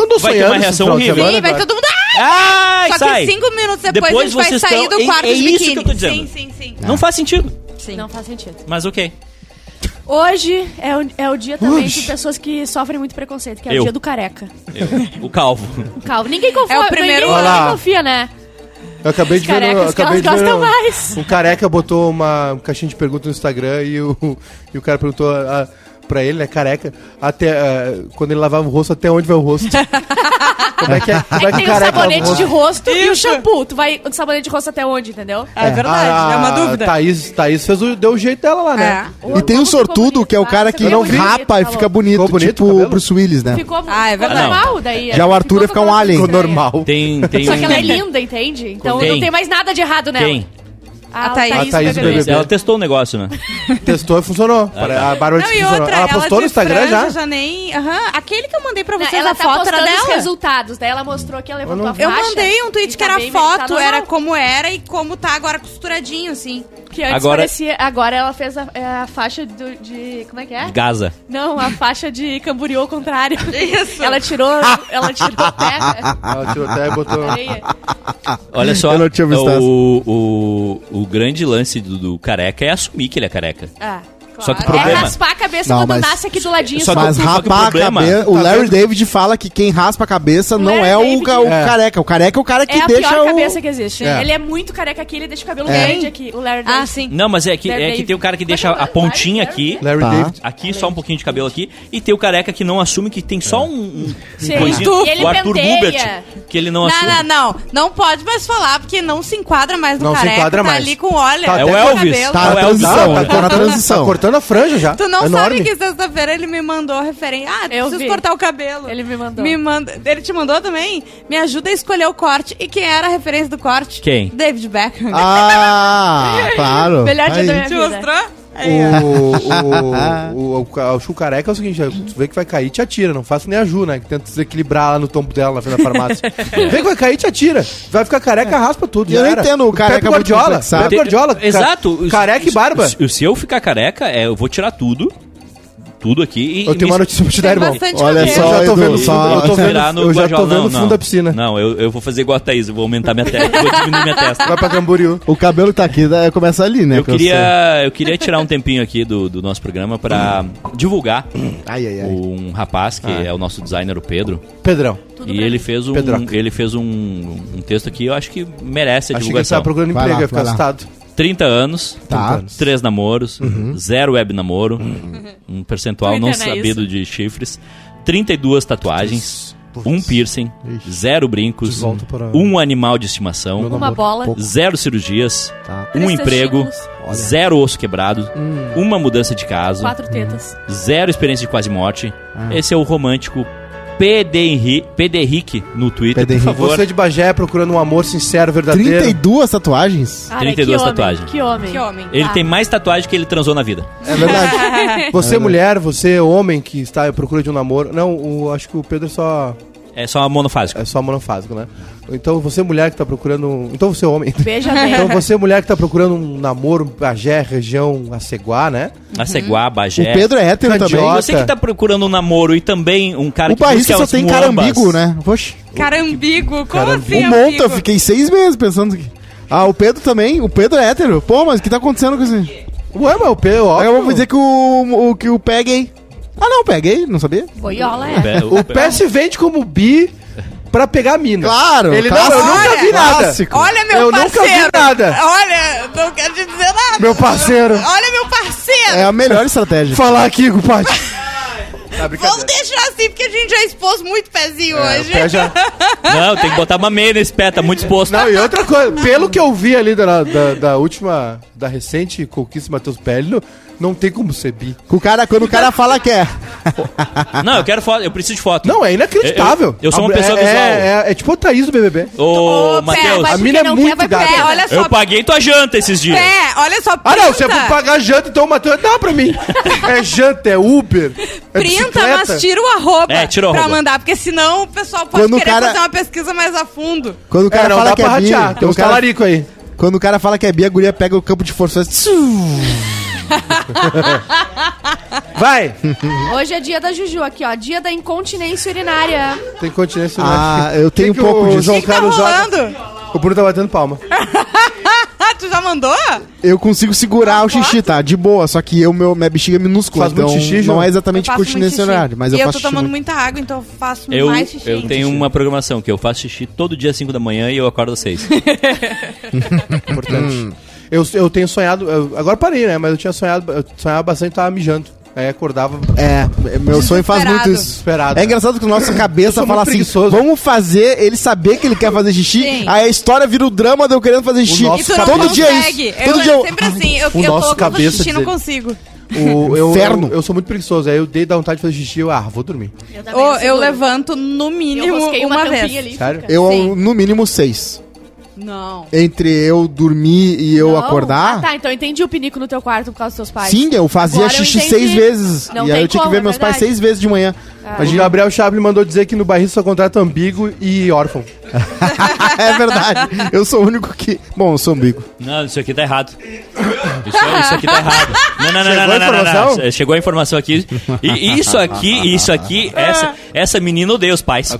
Então não
Vai ter
sonhando
uma
esse
reação
final de
horrível.
semana,
Sim, vai
Eduardo.
todo mundo. Ah!
ai,
Só
sai.
que cinco minutos depois,
Depois
a gente vai
vocês
sair
tão-
do
é-
quarto
é
de
isso
biquíni.
que eu tô dizendo.
Sim, sim, sim.
Não faz sentido.
sim.
Não faz sentido.
Mas ok.
Hoje é o, é o dia também
Ux.
de pessoas que sofrem muito preconceito, que é
Eu.
o dia do careca.
Eu, o calvo.
Calvo. Ninguém confia,
É o primeiro
ninguém,
ano.
ninguém confia, né?
Eu acabei de ver. no-
Carecas que
acabei
elas
de ver
gostam
no-
mais.
Um careca botou uma caixinha de perguntas no Instagram e o, e o cara perguntou. ah, pra ele, né? Careca. Até, ah, quando ele lavava o rosto, até onde vai o rosto? como é que é? Como é que
Tem
careca
o
lava
sabonete de
rosto?
rosto e o
Isso.
shampoo. Tu vai o sabonete de rosto até onde, entendeu?
É verdade,
A-
é uma
a
dúvida.
Ah,
É.
Thaís, Thaís fez o, deu o jeito dela lá, né?
E tem o sortudo, que é o cara que
Eu não vi.
rapa e
tá
fica bonito,
Ficou bonito o
tipo o
cabelo?
Bruce Willis, né?
Ficou
Ah, é
ficou
verdade.
normal daí.
Já o Arthur
Ficou
ia ficar um
com aquela
alien.
Ficou
estranha.
normal.
Tem, tem
Só
um-
que ela é linda, entende? Então
Quem?
não tem mais nada de errado
né?
nela.
Quem?
Ah,
A Thaís
A Thaís
Bebeto.
Bebeto.
Ela testou o negócio, né?
Testou e funcionou.
Ah, tá.
A Bárbara
Não,
disse que
e
funcionou.
outra,
Ela postou
de
no Instagram já?
franja nem... Aham, aquele que eu mandei pra
Não,
vocês, é
ela
a
tá
foto era
postando os
dela.
resultados. Daí ela mostrou que ela levantou a
Eu
faixa.
mandei um tweet
e
que
tá
era
bem, mas tá
foto, era
normal.
como era e como tá agora costuradinho, assim.
Que antes
Agora-
agora... parecia... Agora ela fez a, é, a faixa do- de... Como é que é?
Gaza.
Não, a faixa de camboriú ao contrário.
Isso.
Ela tirou... Ela tirou terra.
Ela tirou até e botou...
Tá.
Areia.
Olha só,
Eu não tinha visto essa.
o, o, o grande lance do, do careca é assumir que ele é careca.
Ah, claro.
Só que o
É
problema-
raspar a cabeça
Não,
quando
mas-
nasce aqui do ladinho.
Só que
Mas
o- só que o
rapar a
problema-
cabeça. O
Tá
Larry
vendo?
David fala que quem raspa a cabeça não
Larry
é o,
David-
ca- o
É.
careca. O careca é o cara que
é a
deixa
pior
o.
cabeça que existe.
É.
Ele é muito careca aqui, ele deixa o cabelo
É.
grande aqui. O Larry
Ah,
David.
sim.
Não, mas é que,
Larry
é que
David.
tem o cara que deixa a
Larry,
pontinha
Larry,
né?
aqui.
Larry
Tá.
David.
Aqui, só um pouquinho de cabelo aqui. E tem o careca que não assume que tem só um, um
Sim.
um coisinho.
E ele
o Arthur
penteia.
Gubert, que ele não,
Não,
assume.
não, não. Não pode mais falar, porque não se enquadra mais no
Não se
careca.
enquadra
tá
mais.
ali com olha.
Tá,
É o
com
Elvis,
cabelo.
Tá na
Não, é o
transição,
Tá,
tá na
Tá
transição.
cortando a franja já.
Tu não
Enorme.
sabe que sexta-feira ele me mandou referência. Ah,
Eu
preciso
vi.
cortar o cabelo.
Ele me mandou.
Me manda... Ele te mandou também? Me ajuda a escolher o corte. E quem era a referência do corte?
Quem?
David Beckham.
Ah, claro.
Melhor dia
Aí.
da minha
Te
vida.
mostrou? Aí,
É.
ó.
O, o, o, o, ca- o Chu careca é o seguinte, tu vê que vai cair, te atira. Não faça que nem a Ju, né? Que tenta desequilibrar lá no tombo dela na frente da farmácia. vê que vai cair, te atira. Vai ficar careca, raspa tudo.
É. E eu
já
não
era.
entendo o careca
Pepe
muito
Guardiola.
complexado.
Pepe Guardiola. ca-
Exato. Os-
Tá Careca e
os-
barba.
os- Se eu ficar careca, é, eu vou tirar tudo. Tudo aqui e.
Eu tenho uma
me-
notícia pra te dar,
Tem
irmão.
bastante
Olha
cabelo.
só,
eu já tô
Edu,
vendo,
só-
eu tô vendo,
virar no
eu já tô
Guardiola.
vendo
Não,
o fundo
não.
da piscina.
Não, eu, eu vou fazer igual a Thaís, eu vou aumentar minha testa, vou diminuir minha testa.
Vai pra Camboriú.
O cabelo tá aqui, dá- começa ali, né?
Eu
pra você.
queria, eu queria tirar um tempinho aqui do, do nosso programa pra divulgar
Ai, ai, ai.
um rapaz que
Ah.
é o nosso designer, o Pedro.
Pedrão.
e ele fez, um,
Pedroca.
ele fez um, um texto aqui, eu acho que merece a
Achei que é ele
divulgação.
tava procurando
Vai
emprego,
lá,
ia ficar
vai lá.
assustado.
30 anos,
Tá.
três namoros, zero web namoro, um percentual
Tu
não
entende
sabido de chifres, 32 tatuagens,
Putz.
um piercing,
Ixi.
zero brincos,
Desvolta para-
um animal de
Meu
estimação,
Uma
Amor,
bola.
pouco.
zero cirurgias,
Tá.
um
Três
emprego,
testículos.
Olha.
zero osso quebrado, uma mudança de casa,
Quatro tetas.
zero experiência de quase morte. Esse é o romântico PD Henri- PD Henrique no Twitter,
PD
por
Henrique.
favor.
Você de Bagé procurando um amor sincero, verdadeiro.
32 tatuagens?
Cara,
32
que homem,
tatuagens.
Que homem.
Que homem.
Ele
Ah.
tem mais tatuagem que ele transou na vida.
É verdade.
Você,
É.
mulher, você, homem que está à procura de um namoro. Não, o- acho que o Pedro é só,
É só monofásico.
é só monofásico, né? Então, você, mulher que está procurando. um- Então, você, homem.
Veja bem.
Então, você, mulher que está procurando um namoro, Bagé, região Aceguá, né?
Uhum.
Aceguá,
O
é Bagé.
Pedro é hétero também.
Candiola.
Você que tá procurando um namoro e também um cara
O
que
país
busca
só
as
tem
muambas.
carambigo, né? Poxa.
Carambigo, como
Carambigo.
assim?
um monte, eu
amigo?
fiquei seis meses pensando que. Ah, o Pedro também? O Pedro é hétero? Pô, mas o que tá acontecendo com esse.
Ué, mas o Pedro, ó.
Aí eu vou dizer que o, o, que o pé é gay. Ah, não, o pé é gay, não sabia?
Boiola é.
Pe-
O pé se vende como bi pra pegar mina.
tá Claro,
Ele não,
clássico.
eu nunca vi nada.
Clássico.
Olha, meu
Eu nunca vi
parceiro.
nada.
Olha, não quero te dizer nada.
Meu parceiro.
Olha, meu parceiro.
É a melhor estratégia.
Falar aqui, compadre.
Tá,
Vamos deixar assim, porque a gente já expôs muito pezinho
É, o
hoje.
pé já-
Não, tem que botar uma meia nesse pé, tá muito exposto.
Não, e outra coisa, pelo que eu vi ali da, da, da última, da recente conquista do Matheus Pélio, não tem como ser bi.
O cara, quando o cara fala que é.
Não, eu quero foto, eu preciso de foto.
Não, é inacreditável.
Eu- eu- eu sou uma
A-
pessoa
é,
visual.
É, é, é tipo o Thaís do BBB.
Ô,
Ô,
Matheus,
pé,
A
Acho
mina é
que não quer,
muito
vai pro
gata.
Pé, olha só.
eu paguei tua janta esses dias.
Pé, olha só.
Ah, não,
printa.
se é pra pagar janta, então o Matheus dá pra mim. É janta, é Uber, é
Printa,
bicicleta.
mas tira o arroba
É, tira o
pra
arroba.
mandar, porque senão o pessoal pode
Quando o
querer
cara-
fazer uma pesquisa mais a fundo.
Quando o cara
É, não,
fala
dá
que
pra
é bi.
ratear. Tem
o
uns
cara,
talarico aí.
quando o cara fala que é bi, a guria pega o campo de força.
Vai.
Hum.
Hoje é dia da Juju aqui, ó. Dia da incontinência urinária.
Tem continência.
Ah,
né?
eu tenho
que
um pouco
o
disso.
João
Que
Tá
Carlos joga.
rolando?
O Bruno tá batendo palma.
Ah, tu já mandou?
Eu consigo segurar o xixi, tá? De boa, só que eu, meu, minha bexiga é minúscula.
Faz
então
muito xixi, João?
não é exatamente
Eu faço muito
continência
xixi.
horário, mas
e
eu, faço
tô
xixi.
tomando
muito.
muita água, então eu faço
Eu,
mais xixi.
eu tenho uma programação que eu faço xixi todo dia às 5 da manhã e eu acordo às 6.
Importante. eu, eu tenho sonhado. eu- agora parei, né? Mas eu tinha sonhado. Eu sonhava bastante, tava mijando. Aí acordava
É, meu sonho faz muito isso.
desesperado.
É engraçado que a nossa
Eu sou
cabeça
muito
fala assim:
preguiçoso.
vamos fazer ele saber que ele quer fazer xixi,
Sim.
aí a história vira o drama de eu querendo fazer xixi.
nosso
E tu não
Todo
consegue.
dia é isso.
Eu
Todo dia
é
eu...
sempre assim. Eu,
O
eu
nosso
coloco no
cabeça
xixi e não
dizer-
consigo.
O, eu,
Inferno.
Eu, eu sou muito preguiçoso. Aí eu dei da vontade de fazer xixi, eu, ah, vou dormir.
Eu, também
Ou eu
Tá seguro.
levanto no mínimo
eu risquei
uma, vez.
tampinha ali.
Sério?
fica.
Eu,
Sim.
no mínimo, seis.
Não.
Entre eu dormir e eu
Não?
acordar.
Ah, tá, então eu entendi o pinico no teu quarto por causa dos teus pais.
Sim, eu fazia
Agora eu
xixi
entendi.
seis vezes.
Não
e aí
tem
eu tinha
como,
que ver
é
meus pais
verdade.
seis vezes de manhã.
Ah.
O
Imagina,
Gabriel Chaplin mandou dizer que no barril só contrata ambíguo e órfão.
é verdade. Eu sou o único que. Bom, eu sou umbigo.
Não, isso aqui tá errado. Isso, isso aqui tá errado. Não, não,
Chegou
não, não,
a
não, não, não,
informação?
não. Chegou a informação aqui. E- E isso aqui, isso aqui, essa, essa menina odeia os pais.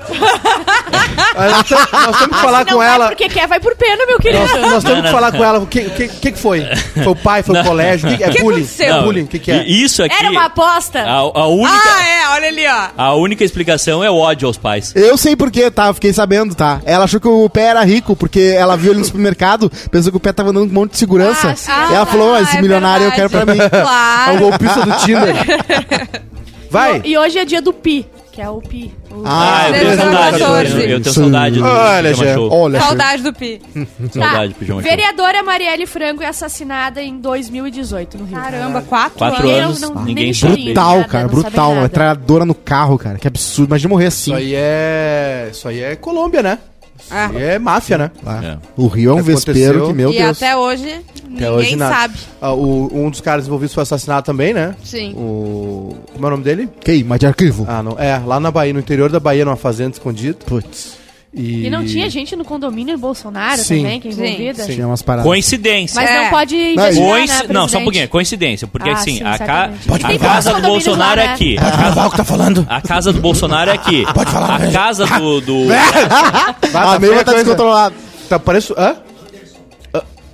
Aí nós temos nós temos que falar
Não
com
vai
ela.
porque quer, vai por pena, meu querido.
Nós, nós temos
Não,
que
não,
falar
não.
com ela. O que, o que, o que que foi? Foi o pai? Foi o colégio? O que- é
que
bullying?
aconteceu?
É bullying? O que, que é?
E Isso aqui.
Era uma aposta.
a, a única,
Ah, é, olha ali, ó.
a única explicação é o ódio aos pais.
Eu sei porquê, tá? Eu Fiquei sabendo, tá? Ela achou que o pé era rico, porque ela viu ele no supermercado, pensou que o pé tava andando com um monte de segurança.
Ah, sim.
e ela
Ah,
falou: "Ah, esse
é
milionário eu quero pra mim.
verdade.
É o
Claro.
golpista do Tinder. Vai!
E hoje é dia do pi, que é o pi. o-
Ah,
eu tenho
Desde
saudade.
14.
Eu, eu tenho saudade do
Olha,
Pijama
Jean,
Show.
Olha,
Saudade do Pi.
Tá,
Saudade do Pijama Show.
Vereadora Marielle Franco é assassinada em 2018 no Rio.
Caramba, quatro,
Quatro
anos.
Ninguém
anos,
não-
ninguém
nem
sabe.
chorinho,
brutal,
nada,
cara,
não sabe
brutal.
nada.
Uma tralhadora no carro, cara. Que absurdo. Imagina morrer assim.
Isso aí é. Isso aí é Colômbia, né? Isso
Ah.
aí é máfia, né?
Lá.
É.
O Rio é um
Aconteceu.
vespeiro que, meu
e
Deus.
até hoje, ninguém
hoje nada.
sabe.
Ah, o- um dos caras envolvidos foi assassinado também, né?
Sim.
O. Como é o nome dele?
Queima de arquivo.
Ah, não. É, lá na Bahia, no interior da Bahia, numa fazenda escondida.
Putz.
E,
E não tinha gente no condomínio do Bolsonaro
Sim.
também, que é
Sim.
envolvida?
Sim.
Tinha umas paradas.
Coincidência.
Mas
É.
não pode investigar,
Coinci-
né,
Não, só
presidente?
um pouquinho. Coincidência. Porque
Ah,
assim,
sim,
a, ca...
certamente.
a
Tem
casa do
vários condomínios lá,
Bolsonaro é
né?
aqui.
o que tá falando.
A casa do Bolsonaro é aqui. Pode falar.
né?
A casa do. do...
tá
a meia
feia
tá
coisa.
descontrolada.
Tá, parece. Hã? Ah,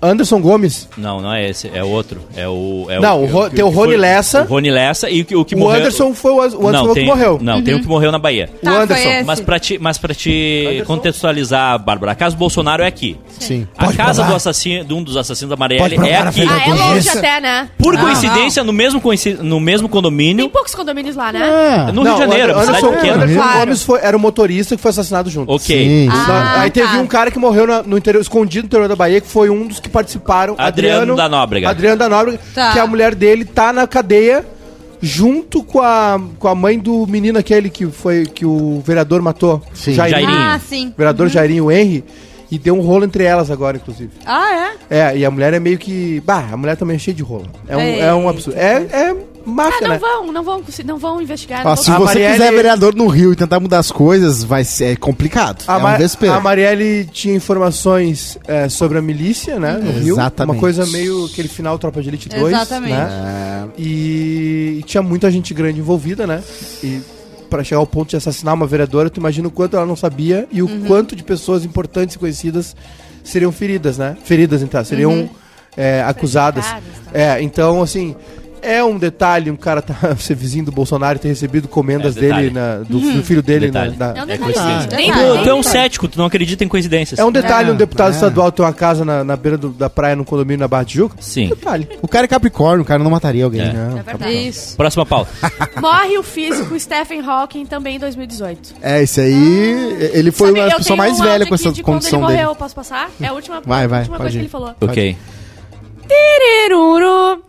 Anderson Gomes?
Não, não é esse, é outro. É o. É
Não, o Ro- tem o Rony
foi-
Lessa.
O Rony Lessa e o que, o que
o
morreu.
Anderson foi o, o Anderson
não,
foi o
tem,
que morreu.
Não, tem o que morreu na Bahia.
O
Tá, foi
Anderson.
é esse.
Mas pra te, mas pra te contextualizar, Bárbara, a casa do Bolsonaro é aqui.
Sim.
A casa do assassino, de um dos assassinos da Marielle é aqui.
Ah, é longe até, né?
Por coincidência, No, mesmo coinci- no mesmo
Tem
condomínio,
poucos condomínios lá, né?
É.
no Rio de
o
Janeiro,
Ander-
cidade
Ah. Anderson,
pequena.
Anderson
Claro.
Gomes foi, era o motorista que foi assassinado junto.
Ok.
Sim.
Na-
Ah,
aí teve
tá.
um cara que morreu na- no interior, escondido no interior da Bahia, que foi um dos que participaram.
Adriano da Nóbrega.
Adriano da Nóbrega,
Tá.
que a mulher dele tá na cadeia junto com a, com a mãe do menino aquele que foi que o vereador matou.
Sim.
Jairinho.
Ah, sim.
O vereador Jairinho, o Henry. E deu um rolo entre elas agora, inclusive.
Ah, é?
É, e a mulher é meio que. Bah, a mulher também é cheia de rolo. É um, é um absurdo. É, é
Ah,
máfia,
não
né?
vão, não vão, consi- não vão investigar.
Ó,
não
Ah, se
vão-
A
você
Marielle-
quiser vereador no Rio e tentar mudar as coisas, vai ser é complicado.
A,
é
Ma-
um vespeiro.
Ah, a Marielle tinha informações é, sobre a milícia, né? No Rio.
Exatamente.
Uma coisa meio aquele final Tropa de Elite 2.
Exatamente.
Né? E... e tinha muita gente grande envolvida, né? E pra chegar ao ponto de assassinar uma vereadora, tu imagina o quanto ela não sabia e o
Uhum.
quanto de pessoas importantes e conhecidas seriam feridas, né? Feridas, então. Seriam
Uhum.
é, acusadas.
Prejudicadas,
É, então, assim. É um detalhe, um cara tá, ser vizinho do Bolsonaro e ter recebido comendas
É,
dele,
detalhe.
na- do, do filho dele. Na,
Detalhe.
na-
Uhum. É um
É
detalhe.
coincidência.
Nem-
Detalhe.
Pô, tu é um cético, tu não acredita em coincidências.
É um detalhe, um deputado
é.
estadual tem uma casa na, na beira do- da praia, num condomínio na Barra de Juca.
Sim.
Detalhe.
O cara é Capricórnio, o cara não mataria alguém. né?
É.
Não.
É verdade.
Isso.
Próxima pauta.
Morre o físico Stephen Hawking também em 2018.
É, esse aí. Ele foi
Ah. Sabe,
a
eu
pessoa
tenho
mais
um
velha
áudio
com
aqui
essa
de quando
condição
ele
dele.
morreu, posso passar? É a última,
Vai, vai,
a última
pode ir.
coisa que ele falou.
ok.
Tireruru.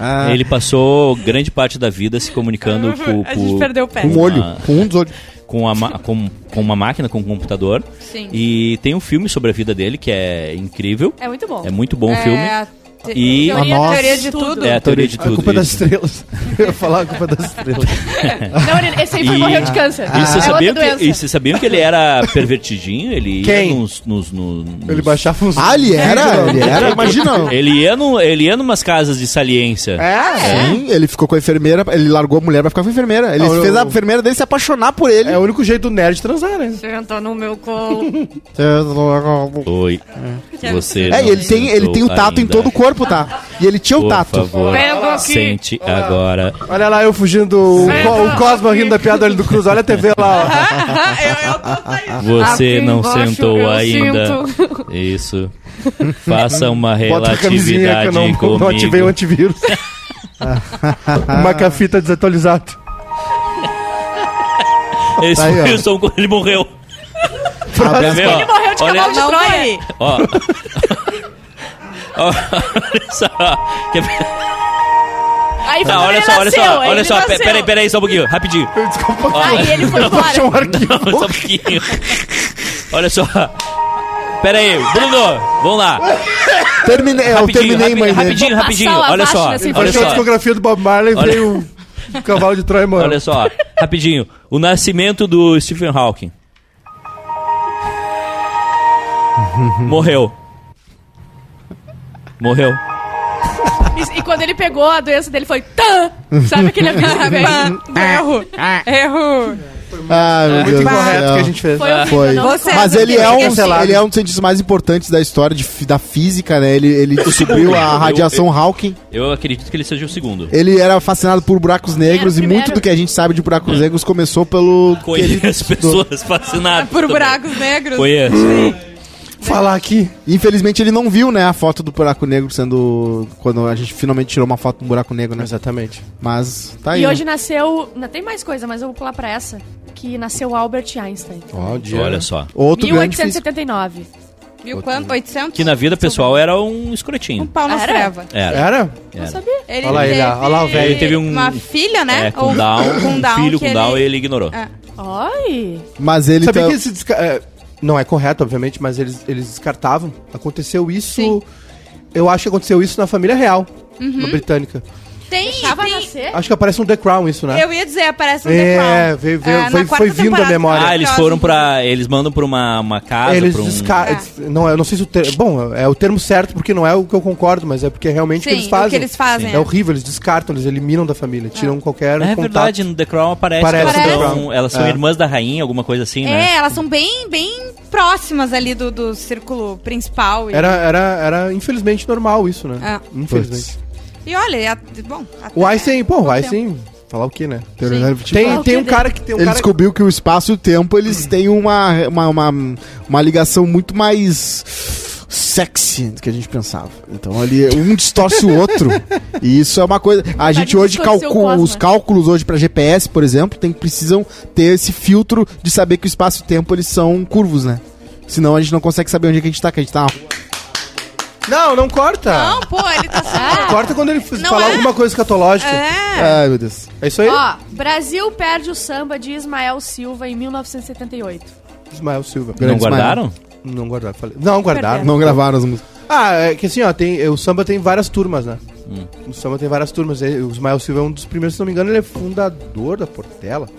Ah.
Ele passou grande parte da vida se comunicando com,
A gente
com-
perdeu o pé.
Com um olho,
Ah.
com um dos olhos.
com, a ma- com- com uma máquina, com um computador.
Sim.
E tem um filme sobre a vida dele que é incrível.
É muito bom.
É muito
um
bom o
É,
filme.
a te-
E-
teoria,
A nossa.
teoria de tudo.
É a teoria de
A
tudo.
culpa é das
isso.
estrelas. Eu ia falar a culpa das estrelas.
Não, ele- esse aí foi
E-
morreu de câncer.
E vocês,
é outra
sabiam
doença.
que, e vocês sabiam que ele era pervertidinho? Ele
Quem?
ia nos. nos- no- nos-
Ele baixava uns...
Ah,
É,
ele
então.
era, ele era, imagina.
Ele ia, no, ele ia numas casas de saliência.
É?
É.
Sim, ele ficou com a enfermeira, ele largou a mulher pra ficar com a enfermeira. Ele
Não, eu-
fez a enfermeira dele se apaixonar por ele.
É o único jeito do nerd de transar, né?
Sentou no meu colo.
É,
Oi. Você.
É,
não
e ele tem, ele
sentou
É,
tem o tato em
ainda.
todo o corpo, tá? E ele tinha o
Por
tato.
favor,
um
Pega aqui.
sente agora.
Olha lá, eu fugindo, o, Co- o Cosmo rindo da piada do olho do Cruz. Olha a TV lá, ó.
eu, eu tô saindo.
Você
Aqui
não
embaixo eu
sentou ainda. Isso. Faça uma
Bota a camisinha que
relatividade
eu não,
comigo.
não ativei o antivírus. Uma cafita desatualizada.
Esse
Tá aí, ó.
Wilson, quando ele morreu. Quer ver, ó?
Morreu de
Olha-
cavalo de
Não
Troia.
Ó. Ó, olha só. Quer ver?
Aí
Tá, olha
ele
só, olha
nasceu,
só,
aí
olha
ele
só, pe-
nasceu.
peraí, peraí, só um pouquinho, rapidinho.
Desculpa,
Ó,
Aí ele foi
eu achei
embora.
um arquivo.
Não, só um pouquinho. Olha só. Peraí, Bruno, vamos lá.
Terminei, eu
Rapidinho,
terminei,
rapi-
mãe. né? dele.
rapidinho,
Vou
rapidinho.
passar a
Olha só,
lavacha nesse
olha
Achei a
só,
discografia do Bob Marley e
Olha-
veio o cavalo de Troia, mano.
olha só, rapidinho. O nascimento do Stephen Hawking. Morreu. Morreu.
E, e quando ele pegou, a doença dele foi tan! Sabe aquele aviso que vem?
É.
Erro. Erro.
Ah, meu Deus do
Correto
céu.
que a gente fez.
Foi horrível,
Foi.
não
Você-
Mas ele é, um,
Cancelado.
ele é um dos cientistas mais importantes da história de fi- da física, né? Ele, ele descobriu
Eu- eu-
a radiação Hawking.
Eu acredito que ele seja o segundo.
Ele era fascinado por buracos negros e
primeiro.
muito do que a gente sabe de buracos negros começou pelo. que
Hum. Conheço
ele
as
estudou.
pessoas fascinadas.
É Por
também.
buracos negros.
Conheço.
Falar aqui.
Infelizmente ele não viu, né, a foto do buraco negro sendo. Quando a gente finalmente tirou uma foto do buraco negro, né?
Exatamente.
Mas tá aí.
E
né?
hoje nasceu. Não, tem mais coisa, mas eu vou pular pra essa. Que nasceu Albert Einstein.
Ó, o dia.
Olha só.
Outro grande físico.
1879.
Viu quanto? 800?
Que na vida pessoal era um escrotinho.
Um pau na
Era?
treva.
Era.
Era?
Não sabia.
Ele
Olha lá ele,
teve
olha lá o velho.
Ele teve um-
Uma filha, né?
É, com Down,
com
um
Down
filho
que
com Down e
ele-
ele ignorou.
É.
Oi!
Mas ele
Então-
Sabia
tá-
que eles desca- é, Não é correto, obviamente, mas eles, eles descartavam. Aconteceu isso.
Sim.
Eu acho que aconteceu isso na família real, na britânica.
Tem,
Deixava
tem-
nascer?
Acho que aparece um The Crown isso, né?
Eu ia dizer, aparece um The
É,
Crown.
veio, veio,
na
foi,
quarta
foi vindo da
temporada.
memória.
Ah, eles foram pra. Eles mandam pra uma, uma casa,
eles
pra um.
desca- des- Não, eu não sei se o termo. Bom, é o termo certo, porque não é o que eu concordo, mas é porque é realmente o que
Sim,
eles fazem.
o que eles fazem,
É.
é.
horrível, eles descartam, eles eliminam da família, tiram qualquer.
É
contato.
verdade, no The Crown aparece,
Parece
que elas,
The
são-
Crown.
elas são
É.
irmãs da rainha, alguma coisa assim, né?
É, elas são bem, bem próximas ali do, do círculo principal. E,
Era, era, era infelizmente normal isso, né?
Ah.
Infelizmente.
e olha, a- bom... até-
O Einstein, pô, o
pouco
Einstein. Falar o quê, né?
Teoria da
Tem,
Falar o
tem
quê
um
dele?
cara que tem um
ele
cara que- Hum.
descobriu que o espaço e o tempo eles têm uma, uma, uma, uma ligação muito mais sexy do que a gente pensava. Então ele um distorce o outro. E isso é uma coisa. A gente hoje
distorcer o
calcula
cosmo,
os
né?
cálculos hoje para GPS, por exemplo, tem precisam ter esse filtro de saber que o espaço e o tempo eles são curvos, né? Senão a gente não consegue saber onde é que a gente tá, que a gente tá na rua.
Não, não corta.
Não, pô, ele tá certo.
Corta quando ele f-
Não
falar
é?
alguma coisa escatológica. É,
É.
Ai, meu Deus.
isso aí?
Ó, Brasil perde o samba de Ismael Silva em 1978.
Ismael Silva.
Não
Grande
guardaram?
Não guardaram, falei. Não guardaram.
Não gravaram as músicas.
Ah, é que assim, ó, tem, o samba tem várias turmas, né?
Hum.
O samba tem várias turmas. E O Ismael Silva é um dos primeiros, se não me engano, ele é fundador da Portela.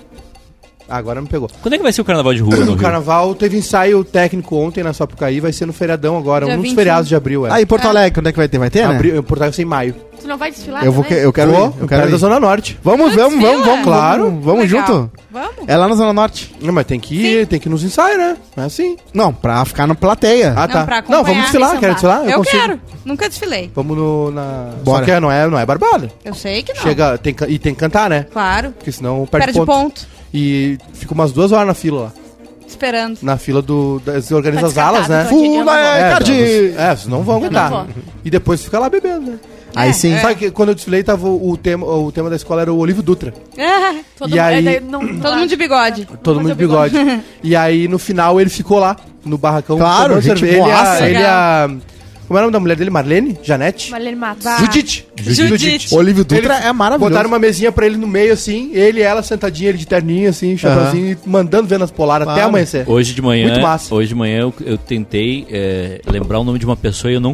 Ah, agora me pegou.
Quando é que vai ser o carnaval de rua no
O
Rio?
carnaval teve ensaio técnico ontem na Sapucaí, vai ser no feriadão agora,
Dia
um dos
21.
feriados de abril, é.
Ah, e Porto Alegre, quando é que vai ter? Vai ter, né?
abril, Porto Alegre vai ser em maio.
Tu não vai desfilar
Eu vou que-
também?
eu quero
Vou,
ir, eu quero
da
ir.
Zona Norte.
Vamos, vamos, vamos,
Desfila.
vamos, claro. Vamos
Legal.
junto.
Vamos.
É lá na Zona Norte.
Não, mas tem que ir, tem que ir nos ensaios, né? É assim.
Não, pra ficar na plateia.
Ah,
Não, pra
tá.
acompanhar,
Não, vamos desfilar,
sem
quero
sambar.
desfilar.
Eu,
consigo.
quero. Nunca desfilei.
Vamos no, na...
Bora.
Só que é, não é, não é barbada.
Eu sei que não.
Chega, tem, que- e tem que cantar, né?
Claro.
Porque senão perde,
Perde ponto.
E fica umas duas horas na fila lá.
Esperando.
Na fila do. Das, organiza
Tá
as alas, né?
descartado, Todinho, eu não
Fula,
É,
Cardi!
vocês- é, vocês não vão aguentar.
não
E depois fica lá bebendo, né?
Aí sim.
É.
Sabe que quando eu desfilei, tava o, o tema, o tema da escola era o Olívio Dutra.
Ah,
Todo
E
mundo- é,
aí-
daí não-
todo mundo de bigode.
Todo mundo de bigode. e aí, no final, ele ficou lá, no barracão.
Claro,
tomando
gente
cerveja. Ele,
boaça.
a, ele a, como é o nome da mulher dele? Marlene? Janete?
Marlene Matos.
Judite.
Judite.
Olívio Dutra
Ele-
é maravilhoso.
Botaram uma mesinha pra ele no meio, assim, ele e ela sentadinha, ele de terninho, assim, chapéuzinho, e mandando ver nas polaras até
Claro.
amanhecer.
Hoje de manhã,
Muito massa.
hoje de manhã eu, eu tentei é, lembrar o nome de uma pessoa e eu não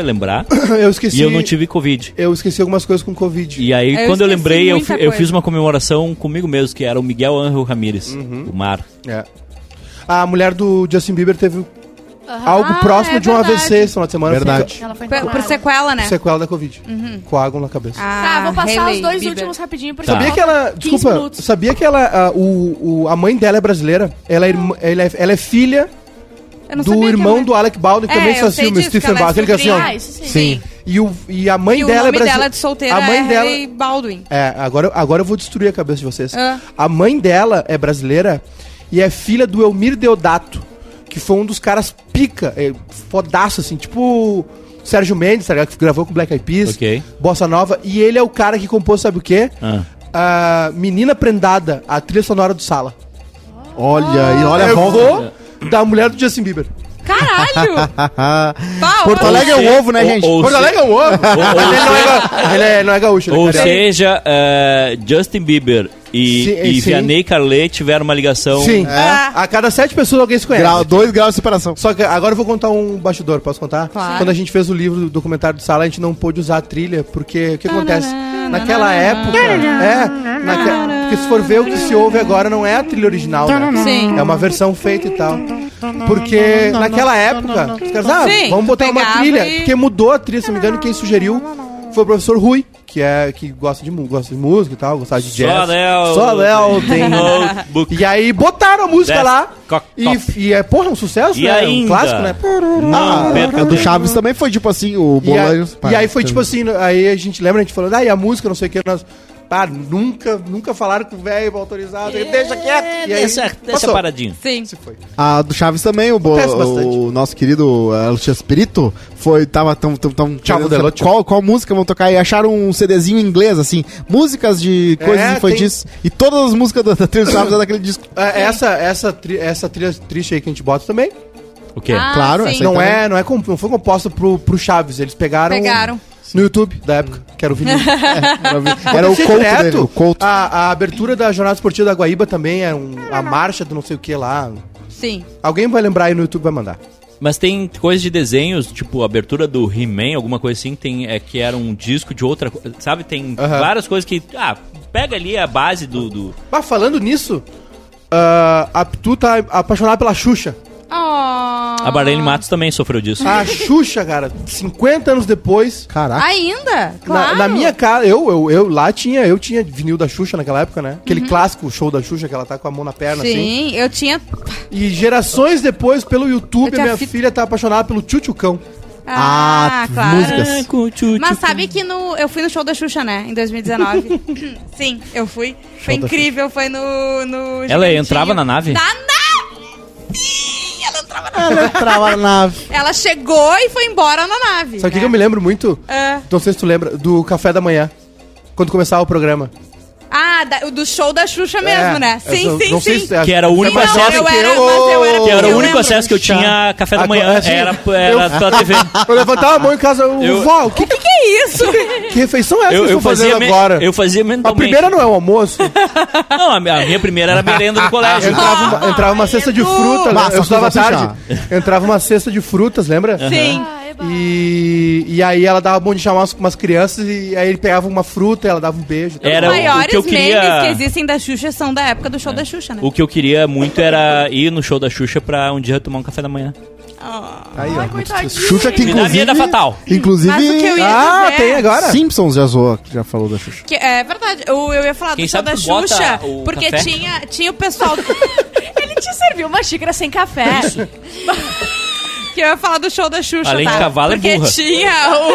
lembrar.
Eu esqueci.
e eu não tive Covid.
eu esqueci algumas coisas com Covid.
E aí,
Eu
quando eu
esqueci
lembrei, eu,
muita
fi- eu
coisa.
fiz uma comemoração comigo mesmo, que era o Miguel Ángel Ramírez, o mar.
É. A mulher do Justin Bieber teve
Aham.
algo
Ah,
próximo
é
de um
verdade.
AVC esse final de semana.
Verdade.
Fica-
Ela foi
Por, por
internada.
sequela, né?
Sequela da Covid. Com água na cabeça.
Uhum. Ah,
Tá, vou passar
Hailey
os dois
Bieber.
últimos rapidinho, porque
Tá.
Sabia
falta
que ela.
15
Desculpa.
minutos.
Sabia que ela. a- o, o- a mãe dela é brasileira. Ela é, irmã- ela é, ela é filha
Eu não
do
sabia que
irmão
era-
do Alec Baldwin, que
É,
também
eu
faz
sei
filme,
disso, que
Stephen
ela é
Baldwin, que é assim,
sobrinha.
ó.
Ah, isso sim.
Sim.
E, o, e a mãe
E o
dela
nome
é brasile-
dela de solteira
A mãe
é
dela.
Haley Baldwin.
É, agora, agora eu vou destruir a cabeça de vocês.
Ah.
A mãe dela é brasileira e é filha do Elmir Deodato, que foi um dos caras pica, é, fodaço, assim, tipo Sérgio Mendes, tá ligado? Que gravou com Black Eyed Peas,
Ok.
Bossa Nova, e ele é o cara que compôs, sabe o quê?
Ah.
A Menina Prendada, a trilha sonora do Sala.
Olha aí, olha a volta.
Errou da mulher do Justin Bieber.
Caralho! Pau,
Porto
olha-
Alegre é
Ou
um
o
se-
ovo, né,
ou-
gente?
ou
Porto
se-
Alegre é um ovo, mas ele não é, ga- ele é- não é gaúcho. ele é
Ou
carioca.
seja, eh, Justin Bieber e,
Sim,
e
sim.
Vianney Carlet tiveram uma ligação.
Sim,
É.
a cada sete pessoas alguém se conhece.
Grau, dois graus de separação.
Só que agora eu vou contar um bastidor, posso contar?
Claro.
Quando a gente fez o livro do documentário do Sala, a gente não pôde usar a trilha, porque o que acontece? Naquela época. É, naque- porque se for ver o que se ouve agora não é a trilha original, né?
Sim.
É uma versão feita e tal. Porque naquela época, os caras, ah,
Sim,
vamos botar uma
pegava
trilha.
e-
Porque mudou a trilha, se não me engano, quem sugeriu foi o professor Rui, que é que gosta de, mu- gosta de música e tal, gostava de jazz.
Só Léo.
Só Léo tem.
Notebook.
E aí botaram a música
That's
lá.
cock- top.
E, e é, porra, um sucesso,
E
né? Um
ainda?
clássico, né?
Não, perca
A Ah, do
tempo.
Chaves também foi tipo assim, o
E, aí-
Bolanhos.
e aí foi tipo assim, aí a gente lembra, a gente falando, ah, e a música, não sei o que, nós. Ah, nunca, nunca falaram com o velho pra autorizar, deixa quieto. E aí,
É, Deixa, deixa
passou.
paradinho.
Sim.
Se foi.
A Ah, do Chaves também, o, bo-
Acontece bastante.
o nosso querido eh, Luciano Espírito foi, tava tão, tão, tão
Chavo
querendo
Delotto.
saber qual, qual música vão tocar e acharam um CDzinho em inglês, assim, músicas de coisas
É,
infantis e todas as músicas da, da trilha do Chaves é daquele disco.
É, Essa, essa, tri- essa trilha triste aí que a gente bota também.
O quê?
Ah,
claro,
sim.
essa aí
Não
também.
é, não é comp- não foi composta pro, pro Chaves, eles pegaram.
Pegaram.
No YouTube da época, que era o vinil. é?
Era, o
Acontecia
Couto
direto.
dele, o Couto.
A, a abertura da Jornada Esportiva da Guaíba também é um, a marcha do não sei o que lá.
Sim.
Alguém vai lembrar aí no YouTube, vai mandar.
Mas tem coisas de desenhos, tipo a abertura do He-Man, alguma coisa assim, tem, é, que era um disco de outra coisa. Sabe, tem várias coisas que. Ah, pega ali a base do. do-
Mas falando nisso, ah, a Pitu tá apaixonada pela Xuxa.
Oh.
A Marlene Matos também sofreu disso.
A Xuxa, cara, 50 anos depois.
Caraca.
Ainda?
na-
Claro.
Na, minha casa, eu, eu, eu lá tinha, eu tinha vinil da Xuxa naquela época, né? Aquele clássico show da Xuxa que ela tá com a mão na perna, assim.
Uhum. Sim, eu tinha.
E gerações depois, pelo
Eu
YouTube, a
tinha
minha
fita.
filha tá apaixonada pelo Tchutchucão.
Ah,
Ah,
claro.
músicas.
Mas sabe que no, eu fui no show da Xuxa, né? Em 2019. Sim, eu fui. Foi incrível, foi no. no
Ela
Gigantinho.
entrava na nave?
Na nave! Sim, ela entrava na
Ela entrava na...
Ela chegou e foi embora na nave.
Sabe o que
né?
que eu me lembro muito?
Ah.
Não sei se tu lembra, do café da manhã. Quando começava o programa.
Ah, da- o do show da Xuxa mesmo,
É,
né?
eu
Sim,
sou-
sim,
não
sim.
sei se é-
Que era o único
Sim, não,
acesso
eu
que
era-
eu-
mas eu
Que era o
Eu
único
lembro.
acesso que eu tinha café da manhã.
Agora, assim,
era era pela TV.
Eu levantava a mão em casa, eu,
Eu-
vó, o que,
O que, que é isso?
que refeição é essa
Eu,
que
eu
eu fazendo
fazia me-
agora?
Eu fazia
A
mentalmente.
primeira não é o almoço.
Não, a minha, a minha primeira era a merenda do colégio.
Entrava uma, entrava uma cesta de
Edu!
frutas,
Massa,
eu estudava
fruta
tarde. Entrava uma cesta de frutas, lembra?
Sim.
Ah, eba.
E, e aí ela dava bom de chamar umas, umas crianças e aí ele pegava uma fruta e ela dava um beijo.
Era
Os
o- o que
maiores
eu queria- É.
memes que existem da Xuxa são da época do show da Xuxa, né?
O que eu queria muito era ir no show da Xuxa pra um dia tomar um café da manhã.
Aí, ó.
Xuxa que
Me dá
inclusive...
medo, é fatal.
Mas o que eu
Inclusive...
ia
Ah,
dizer-
tem agora?
Simpsons já zoou, já falou da Xuxa.
Que- é verdade, eu, eu ia falar
Quem
do show
sabe
da
tu bota
Xuxa,
o
porque
café?
tinha, tinha o pessoal.
Ele te serviu uma xícara sem café.
que eu ia falar do show da Xuxa,
Além de
tá?
cavalo, é
porque
burra.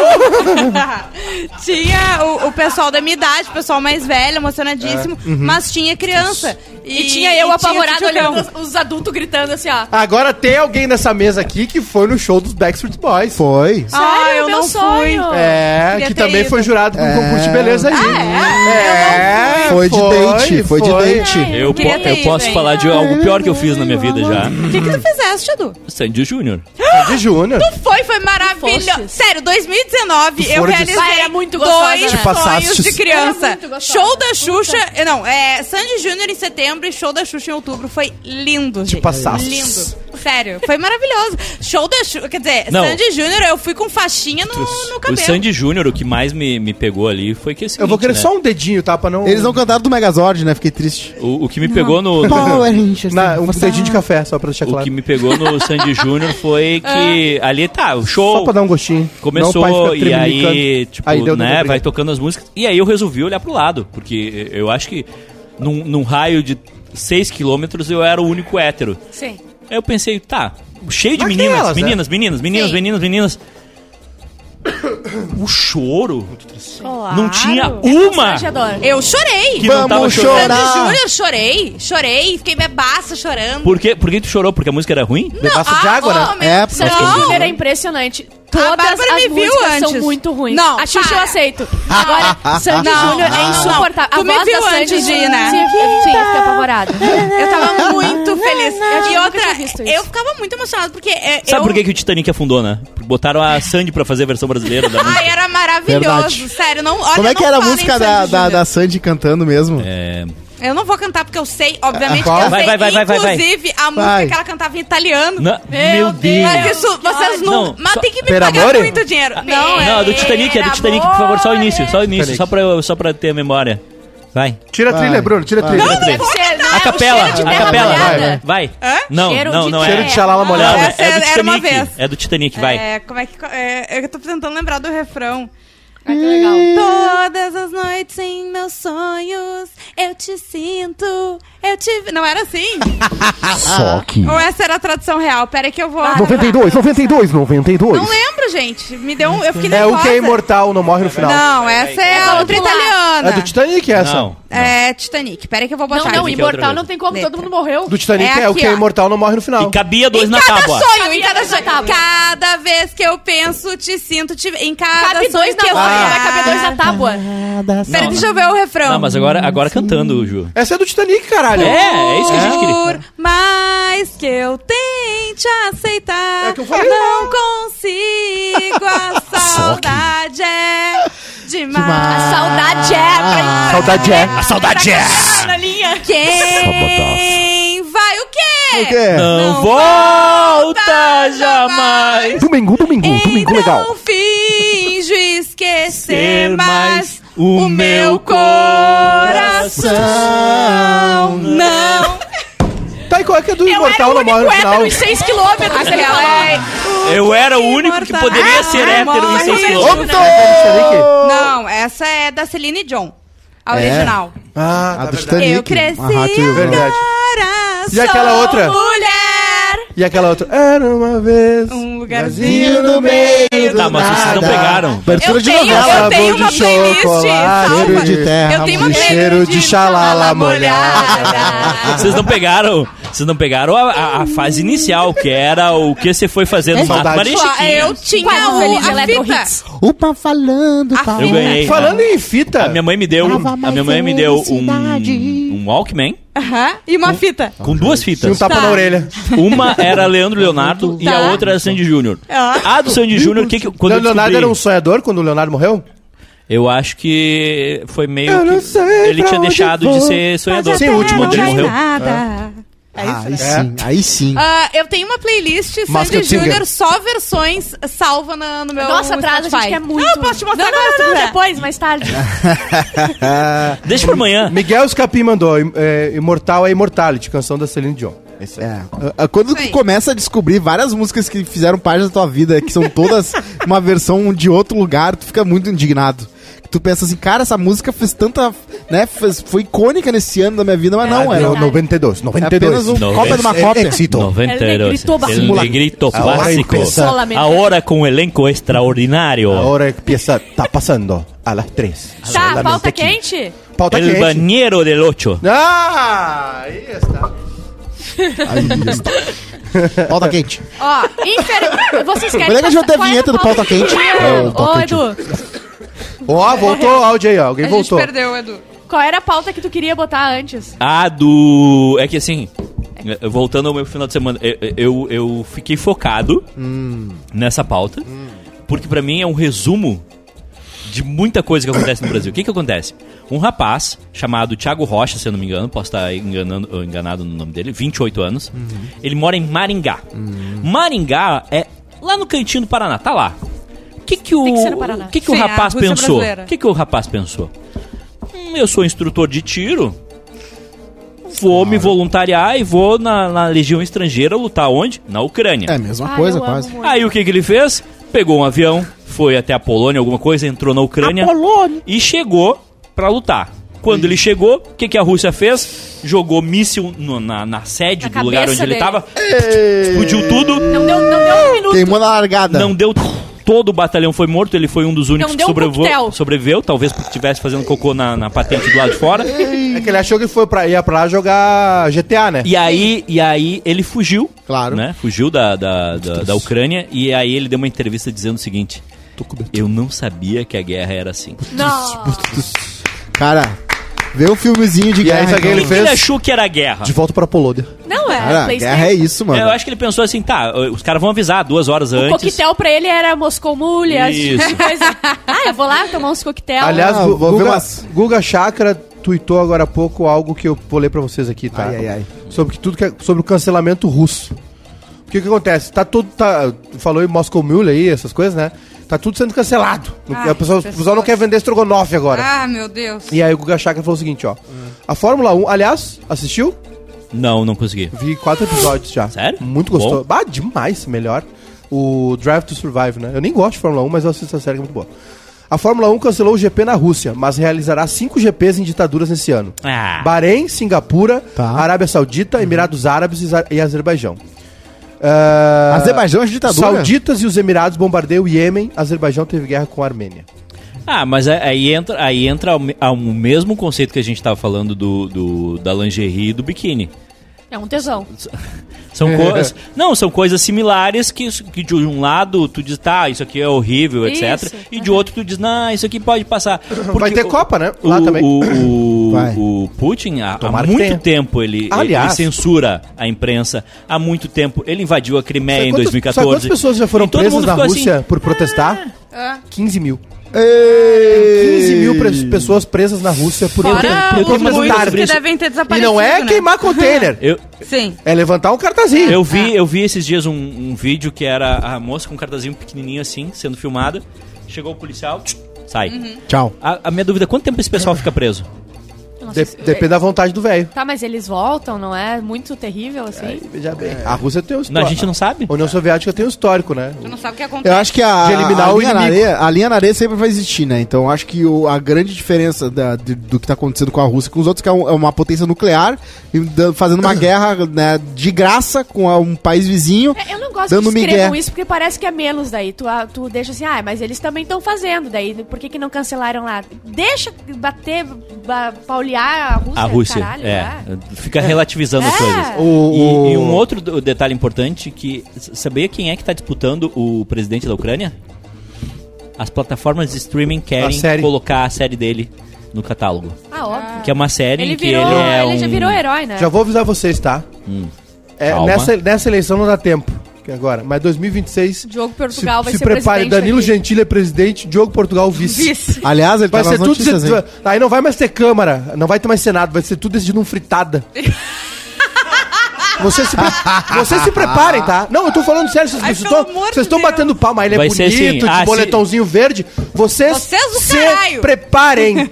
tinha o. tinha o, o pessoal da minha idade, o pessoal mais velho, emocionadíssimo,
É. Uhum.
mas tinha criança.
E, tinha eu apavorado
tinha um.
olhando
tchutchucão.
os- os adultos gritando assim, ó.
Agora tem alguém nessa mesa aqui que foi no show dos Backstreet Boys.
Foi.
Ah, eu
meu
não
sonho.
fui.
É,
Queria
que
ter
também
ido.
foi jurado com um concurso de beleza aí.
Ah,
É,
Ah,
Foi de date, foi de date.
Eu, po-
queria ter
eu
ido,
posso
hein?
falar de algo pior que eu fiz na minha vida já.
O que, que tu fizeste, Edu?
Sandy Júnior.
é De Júnior.
Foi, foi maravilhoso.
Fostes.
Sério, 2019 eu
fores
realizei
de-
é
Ah, era muito gostosa,
dois
né? Te
passastes.
sonhos de
Era
criança.
É muito gostosa.
Show da Xuxa, eh, não, é Sandy Júnior em setembro e show da Xuxa em outubro. Foi lindo, gente.
passastes.
Lindo. Sério, foi maravilhoso. Show da Xuxa, quer dizer,
Não.
Sandy Júnior eu fui com faixinha no, no
O
cabelo.
Sandy Júnior, o que mais me, me pegou ali foi que é esse.
Eu vou querer só um dedinho, tá? Pra não.
Eles não cantaram do Megazord, né? Fiquei triste.
O, o que me pegou no.
um
Oh, é
Power Rangers.
Na- um dedinho de café, só pra deixar
O
claro.
que me pegou no Sandy Júnior foi que ali tá, o show
Só pra dar um gostinho. Não, o pai
começou
fica
e aí,
tremilicando.
tipo,
Aí deu
né,
deu-
vai tocando as músicas. E aí eu resolvi olhar pro lado, porque eu acho que num, num raio de 6 quilômetros eu era o único hétero.
Sim.
Aí eu pensei, tá, cheio de
Mas tem
meninas,
elas, né?
meninas, meninas, meninas,
Sim.
meninas, meninas. O choro.
Claro.
Não tinha
É
uma.
constrangedor.
Eu chorei!
Que não
Vamos
tava
chorar.
chorando.
Sandy Júnior, chorei, chorei, fiquei bebaça chorando.
Por que, por que tu chorou? Porque a música era ruim?
Bebaço de
ah,
água,
ó,
né?
meu
É,
Deus.
mas
Sandy
Não.
Júnior é impressionante.
A
Todas
Bárbara
as
me viu
músicas são
antes.
muito ruins.
Não,
a Xuxa
para.
eu aceito. Agora, Sandy
Não,
Júnior é
não, não.
insuportável.
Tu
a
me
voz
viu
da Sandy
antes de ir, né?
Sim, eu fiquei- sim, eu fiquei apavorada.
Eu tava muito feliz. e
nunca
outra,
tinha visto isso.
eu ficava muito emocionada, porque é,
Sabe
eu...
por que, que o Titanic afundou, né? Botaram a Sandy pra fazer a versão brasileira da música.
Ai, era maravilhoso,
Verdade.
sério. Não, olha,
Como é que
não
era a
falem
música
Sandy
da, da,
Júnior.
da Sandy cantando mesmo?
É,
Eu não vou cantar porque eu sei, obviamente, que
Qual?
eu
Vai,
sei.
vai, vai, vai, vai, vai.
Inclusive, a música
Vai.
que ela cantava em italiano.
Não, meu Deus.
Mas isso, vocês não...
Não,
mas
só-
tem que me
Per
pagar
amore?
muito dinheiro.
Não,
Não, é...
é do Titanic, é do Titanic, por favor, só o início, só o início,
Titanic.
só pra, eu- só pra ter a memória. Vai.
Tira a
Vai.
trilha, Bruno, tira a
Vai.
trilha.
Não,
Deve ser,
Ah,
não é?
A
O
capela,
cheiro de
a
terra
capela.
molhada.
Vai, vai. Não,
Cheiro
não,
de
não
Cheiro
é.
de xalala
Não,
molhada.
é,
Essa
é do
era uma
Titanic.
vez.
É do Titanic, vai.
É, como é que... É, eu tô tentando lembrar do refrão.
Ah, que legal.
Todas as noites em meus sonhos, eu te sinto, eu te... vi- Não era assim?
Só que.
Ou essa era a tradução real? Pera aí que eu vou...
92, 92, 92.
Não lembro, gente. Me deu um... Eu fiquei
É
nervosa.
o que é imortal, não morre no final.
Não, essa é a outra
pular.
italiana.
É do Titanic essa.
Não.
É Titanic. Pera aí que eu vou
Não,
botar
não,
Titanic é
aqui.
outra
imortal
vez.
não tem como,
Letra.
todo mundo morreu.
Do Titanic
É
é, o
aqui,
que é
ó.
imortal, não morre no final.
E cabia dois
em
na
cada
tábua.
sonho, um em cada
Cabia
sonho.
dois na tábua.
Cada vez que eu penso, te sinto, te... Em cada
Cabe
sonho
dois na tá.
que eu
mão,
Ah.
vai caber dois na
tá.
tábua.
Pera,
Não,
deixa eu ver o refrão.
Não, mas agora, agora cantando, Ju.
Essa é do Titanic, caralho.
É, é isso que a gente queria.
Por mais que eu tente aceitar,
É que eu falei.
não consigo. A saudade é demais.
Demais.
A saudade
Ah.
é.
Saudade é.
A saudade é.
Na linha.
Quem vai o quê?
O que é?
Não
Não
volta
volta
jamais.
Domingo, domingo,
Uh,
domingo legal.
Então finjo esquecer
Ser
mais
mais o meu
coração. Não.
Tá, e qual é que é do
Eu era
imortal,
o
não morre no
único
final?
hétero em 6 quilômetros. Ele
Aquela
falou.
é
Eu era o único que poderia ser hétero em
amor,
seis
mas-
quilômetros.
Titanic?
Não, essa é da Celine John. A
É.
original.
Ah,
A
tá
do
verdade.
Titanic.
Eu cresci
Ah, ratinho,
verdade.
agora
E aquela
sou
outra?
mulher.
E aquela outra? Era uma vez.
Um lugarzinho
no meio.
Tá, mas vocês não
nada.
pegaram.
Ah, Abertura
Eu
de
tenho-
novela.
Sabor
eu tenho
de
uma playlist,
chocolate,
salva.
Cheiro de terra,
Eu tenho uma
de
playlist
cheiro de xalala
molhada.
Vocês não pegaram, vocês não pegaram a, a- a fase inicial, que era o que você foi fazer no Mato
Saudade.
Maria
Pô,
Chiquinha.
eu tinha
Quase
o,
feliz,
a
Eletro
fita.
Hits.
Uma falando,
A
pau.
Eu ganhei.
Falando em fita.
A minha mãe me deu, a minha mãe me deu um, um Walkman
Aham. E uma fita.
com duas
Tinha um
fitas.
tapa
Tá.
na orelha.
Uma era Leandro Leonardo e a
Tá.
outra era Sandy Júnior.
É,
Ah.
A do Sandy Júnior, que, que quando eu
Leonardo
descobri,
era um sonhador quando o Leonardo morreu?
eu acho que foi meio
Eu não
que
sei
ele
pra
tinha
onde
deixado de
vou.
ser sonhador.
Sim, o último
Quando
dia.
ele morreu.
Nada.
Aí sim, aí sim.
Ah, eu tenho uma playlist Sandy
Masked Singer.
Junior só versões salva na- no meu
Nossa, atrás a
Spotify.
gente quer muito.
Não, eu posso te mostrar
Não,
agora
não,
se
não,
quiser.
depois, mais tarde.
Deixa pra amanhã.
Miguel Scapim mandou. im- é, Imortal é Immortality, canção da Celine Dion.
É. Ah, ah, Quando
Sim.
tu começa a descobrir várias músicas que fizeram parte da tua vida, que são todas uma versão de outro lugar, tu fica muito indignado. Tu pensa assim, cara, essa música fez tanta. né, fez- foi icônica nesse ano da minha vida, mas não,
é
era.
verdade.
92,
É apenas um
Não,
cópia de uma cópia.
Éxito.
92.
Ele gritou
Ele
bastante.
negrito
A hora é
clássico.
pensar.
Solamente.
Ah,
A hora com um elenco extraordinário.
Agora empieza, tá passando a las 3.
Tá, pauta quente?
Pauta
El
tá quente.
banheiro del ocho.
Ah, aí está.
Pauta quente.
Ó, inferi... Vocês querem...
Quando é que a gente vai ter a
Qual é
vinheta do pauta quente? É, o
Ô,
pauta
Edu,
Ó, voltou o áudio aí, ó. Alguém
A gente
voltou.
perdeu, Edu.
qual era a pauta que tu queria botar antes?
A Ah, do. É que assim. eh, Voltando ao meu final de semana, eh, eh, eu, eu fiquei focado nessa pauta, porque pra mim é um resumo de muita coisa que acontece no Brasil. O que que acontece? Um rapaz chamado Thiago Rocha, se eu não me engano, posso estar enganando, eh, enganado no nome dele, 28 anos, ele mora em Maringá. Maringá é lá no cantinho do Paraná, tá lá. O que que o,
Tem que ser no Paraná.
o que que o
Sim, a
rapaz
Rússia
pensou?
brasileira.
O que que o rapaz pensou? Hum, eu sou instrutor de tiro, vou me voluntariar e vou na, na Legião Estrangeira lutar onde? Na Ucrânia.
É a mesma
Ah,
coisa,
eu amo
quase.
muito.
Aí o que, que ele fez? Pegou um avião, foi até a Polônia, alguma coisa, entrou na Ucrânia e chegou pra lutar. Quando ele chegou, o que, que a Rússia fez? Jogou míssil no- na, na sede
Na
do lugar
cabeça
onde
dele.
ele tava, explodiu tudo,
Não deu, não deu um minuto.
Queimou na largada.
não deu todo o batalhão foi morto, ele foi um dos únicos que
deu um
sobreviveu,
coquetel.
sobreviveu, talvez porque estivesse fazendo cocô na, na patente do lado de fora.
É que ele achou que foi pra, ia pra lá jogar GTA, né?
E aí, e aí ele fugiu.
Claro.
Né? Fugiu da, da, da, da Ucrânia. E aí ele deu uma entrevista dizendo o seguinte: Eu não sabia que a guerra era assim.
Não.
Cara, vê um filmezinho de
E aí,
guerra.
sabe o que
então.
ele
O que
fez?
ele achou que era guerra?
De né? volta pra Polônia.
Não é.
Cara,
PlayStation.
guerra é isso, mano.
Eu acho que ele pensou assim: tá, os caras vão avisar duas horas
O
antes.
coquetel pra ele era Moscou Mulher, as
Isso.
coisas. Ah, eu vou lá tomar uns coquetel.
Tá
Aliás,
não,
Gu-
vou ver
Guga,
umas-
Guga Chakra tuitou agora há pouco algo que eu vou ler pra vocês aqui, tá?
Ai, ai, ai.
Sobre que tudo que é- sobre o cancelamento russo. O que que acontece? Tá tudo tá falou em Moscow Mule aí, essas coisas, né? Tá tudo sendo cancelado. Não-
Ai,
a pessoa, o
pessoas.
pessoal não quer vender estrogonofe agora.
Ah, meu Deus.
E aí o Guga Chakra falou o seguinte, ó. A Fórmula 1, aliás, assistiu?
Não, não consegui.
Vi quatro episódios já.
Sério?
Muito
Bom.
gostoso. Ah, demais, melhor. O Drive to Survive, né? Eu nem gosto de Fórmula 1, mas eu assisto a série que é muito boa. A Fórmula 1 cancelou o GP na Rússia, mas realizará cinco GPs em ditaduras nesse ano.
Ah.
Bahrein, Singapura,
Tá.
Arábia Saudita, Emirados Árabes e Za- e Azerbaijão. Ah,
Azerbaijão é ditadura.
Sauditas e os Emirados bombardeiam o Iêmen. Azerbaijão teve guerra com a Armênia.
Ah, mas a- aí entra, aí entra ao, me- ao mesmo conceito que a gente tava falando do, do- da lingerie e do biquíni.
É um tesão.
São coisas. Não, são coisas similares que, isso- que de um lado tu diz, tá, isso aqui é horrível, etc.
Isso,
E de outro tu diz, não, isso aqui pode passar.
Vai ter
o-
Copa, né?
O,
Lá também.
o- o-
Vai.
o Putin, há, há
Tomara que tenha.
muito tempo, ele,
Aliás.
ele censura a imprensa. Há muito tempo. Ele invadiu a Crimeia
Sabe
em
quantas- sabe
2014.
quantas pessoas já foram
E todo
presas
mundo
na
ficou
Rússia
assim,
por protestar?
Ah.
15 mil.
Ei!
15 mil pres- pessoas presas na Rússia por
Fora
protestar.
Para
Eu tô
os
pensando
muitos
sobre
que
isso.
devem ter
um E
desaparecido,
não é
né?
queimar container.
Eu,
Sim.
É levantar um cartazinho.
Eu vi, eu vi esses dias um, um vídeo que era a moça com um cartazinho pequenininho assim, sendo filmada. Chegou o policial, tchum, sai.
Tchau.
A, a minha dúvida é quanto tempo esse pessoal fica preso?
Nossa,
De-
isso- é
depende da vontade do velho.
Tá, mas eles voltam, não é? Muito terrível, assim.
Veja bem. A Rússia tem um
Tipo, Não, a
histórico.
gente não sabe.
A União Soviética tem um histórico, né?
Tu não sabe o que
Eu
acontece.
acho que a,
De eliminar
a,
o
linha na
inimigo.
areia, a linha na areia sempre vai existir, né? Então eu acho que o- a grande diferença da- de- do que tá acontecendo com a Rússia e com os outros é que é, um- é uma potência nuclear e da- fazendo uma guerra né, de graça com a- um país vizinho.
É, Eu não gosto
Dando
que escrevam
migué.
isso porque parece que é menos daí. Tu, ah, tu deixa assim, ah, mas eles também estão fazendo. Daí por que, que não cancelaram lá? Deixa bater, ba- paulear a Rússia.
A Rússia,
caralho, né?
é.
lá.
Fica relativizando as
É.
coisas.
O-
E,
o-
e um outro do- detalhe importante que... s- Sabia quem é que tá disputando o presidente da Ucrânia? As plataformas de streaming querem
série.
colocar a série dele no catálogo.
Ah, óbvio.
Que é uma série
Ele
em que
virou,
ele é
ele
um...
já virou herói, né?
Já vou avisar vocês, tá? É,
Hum. Calma.
nessa, nessa eleição não dá tempo. que é Agora, mas 2026.
Diogo Portugal
se,
vai
se
ser
prepare.
presidente
Danilo
daqui.
Gentili é presidente, Diogo Portugal vice.
Vice.
Aliás, ele
Vai
tá
ser tudo.
nas notícias, hein?
decidido- Aí não vai mais ter Câmara, não vai ter mais Senado, vai ser tudo decidido num fritada. Vocês se, pre... Vocês se preparem, tá? Não, eu tô falando sério, vocês-
Ai,
vocês
pelo
estão
amor de
vocês estão
Deus.
batendo palma. Ele é
Vai ser
bonito,
assim,
de
ah, se-
boletomzinho verde. Vocês,
Vocês do
se
caralho.
preparem,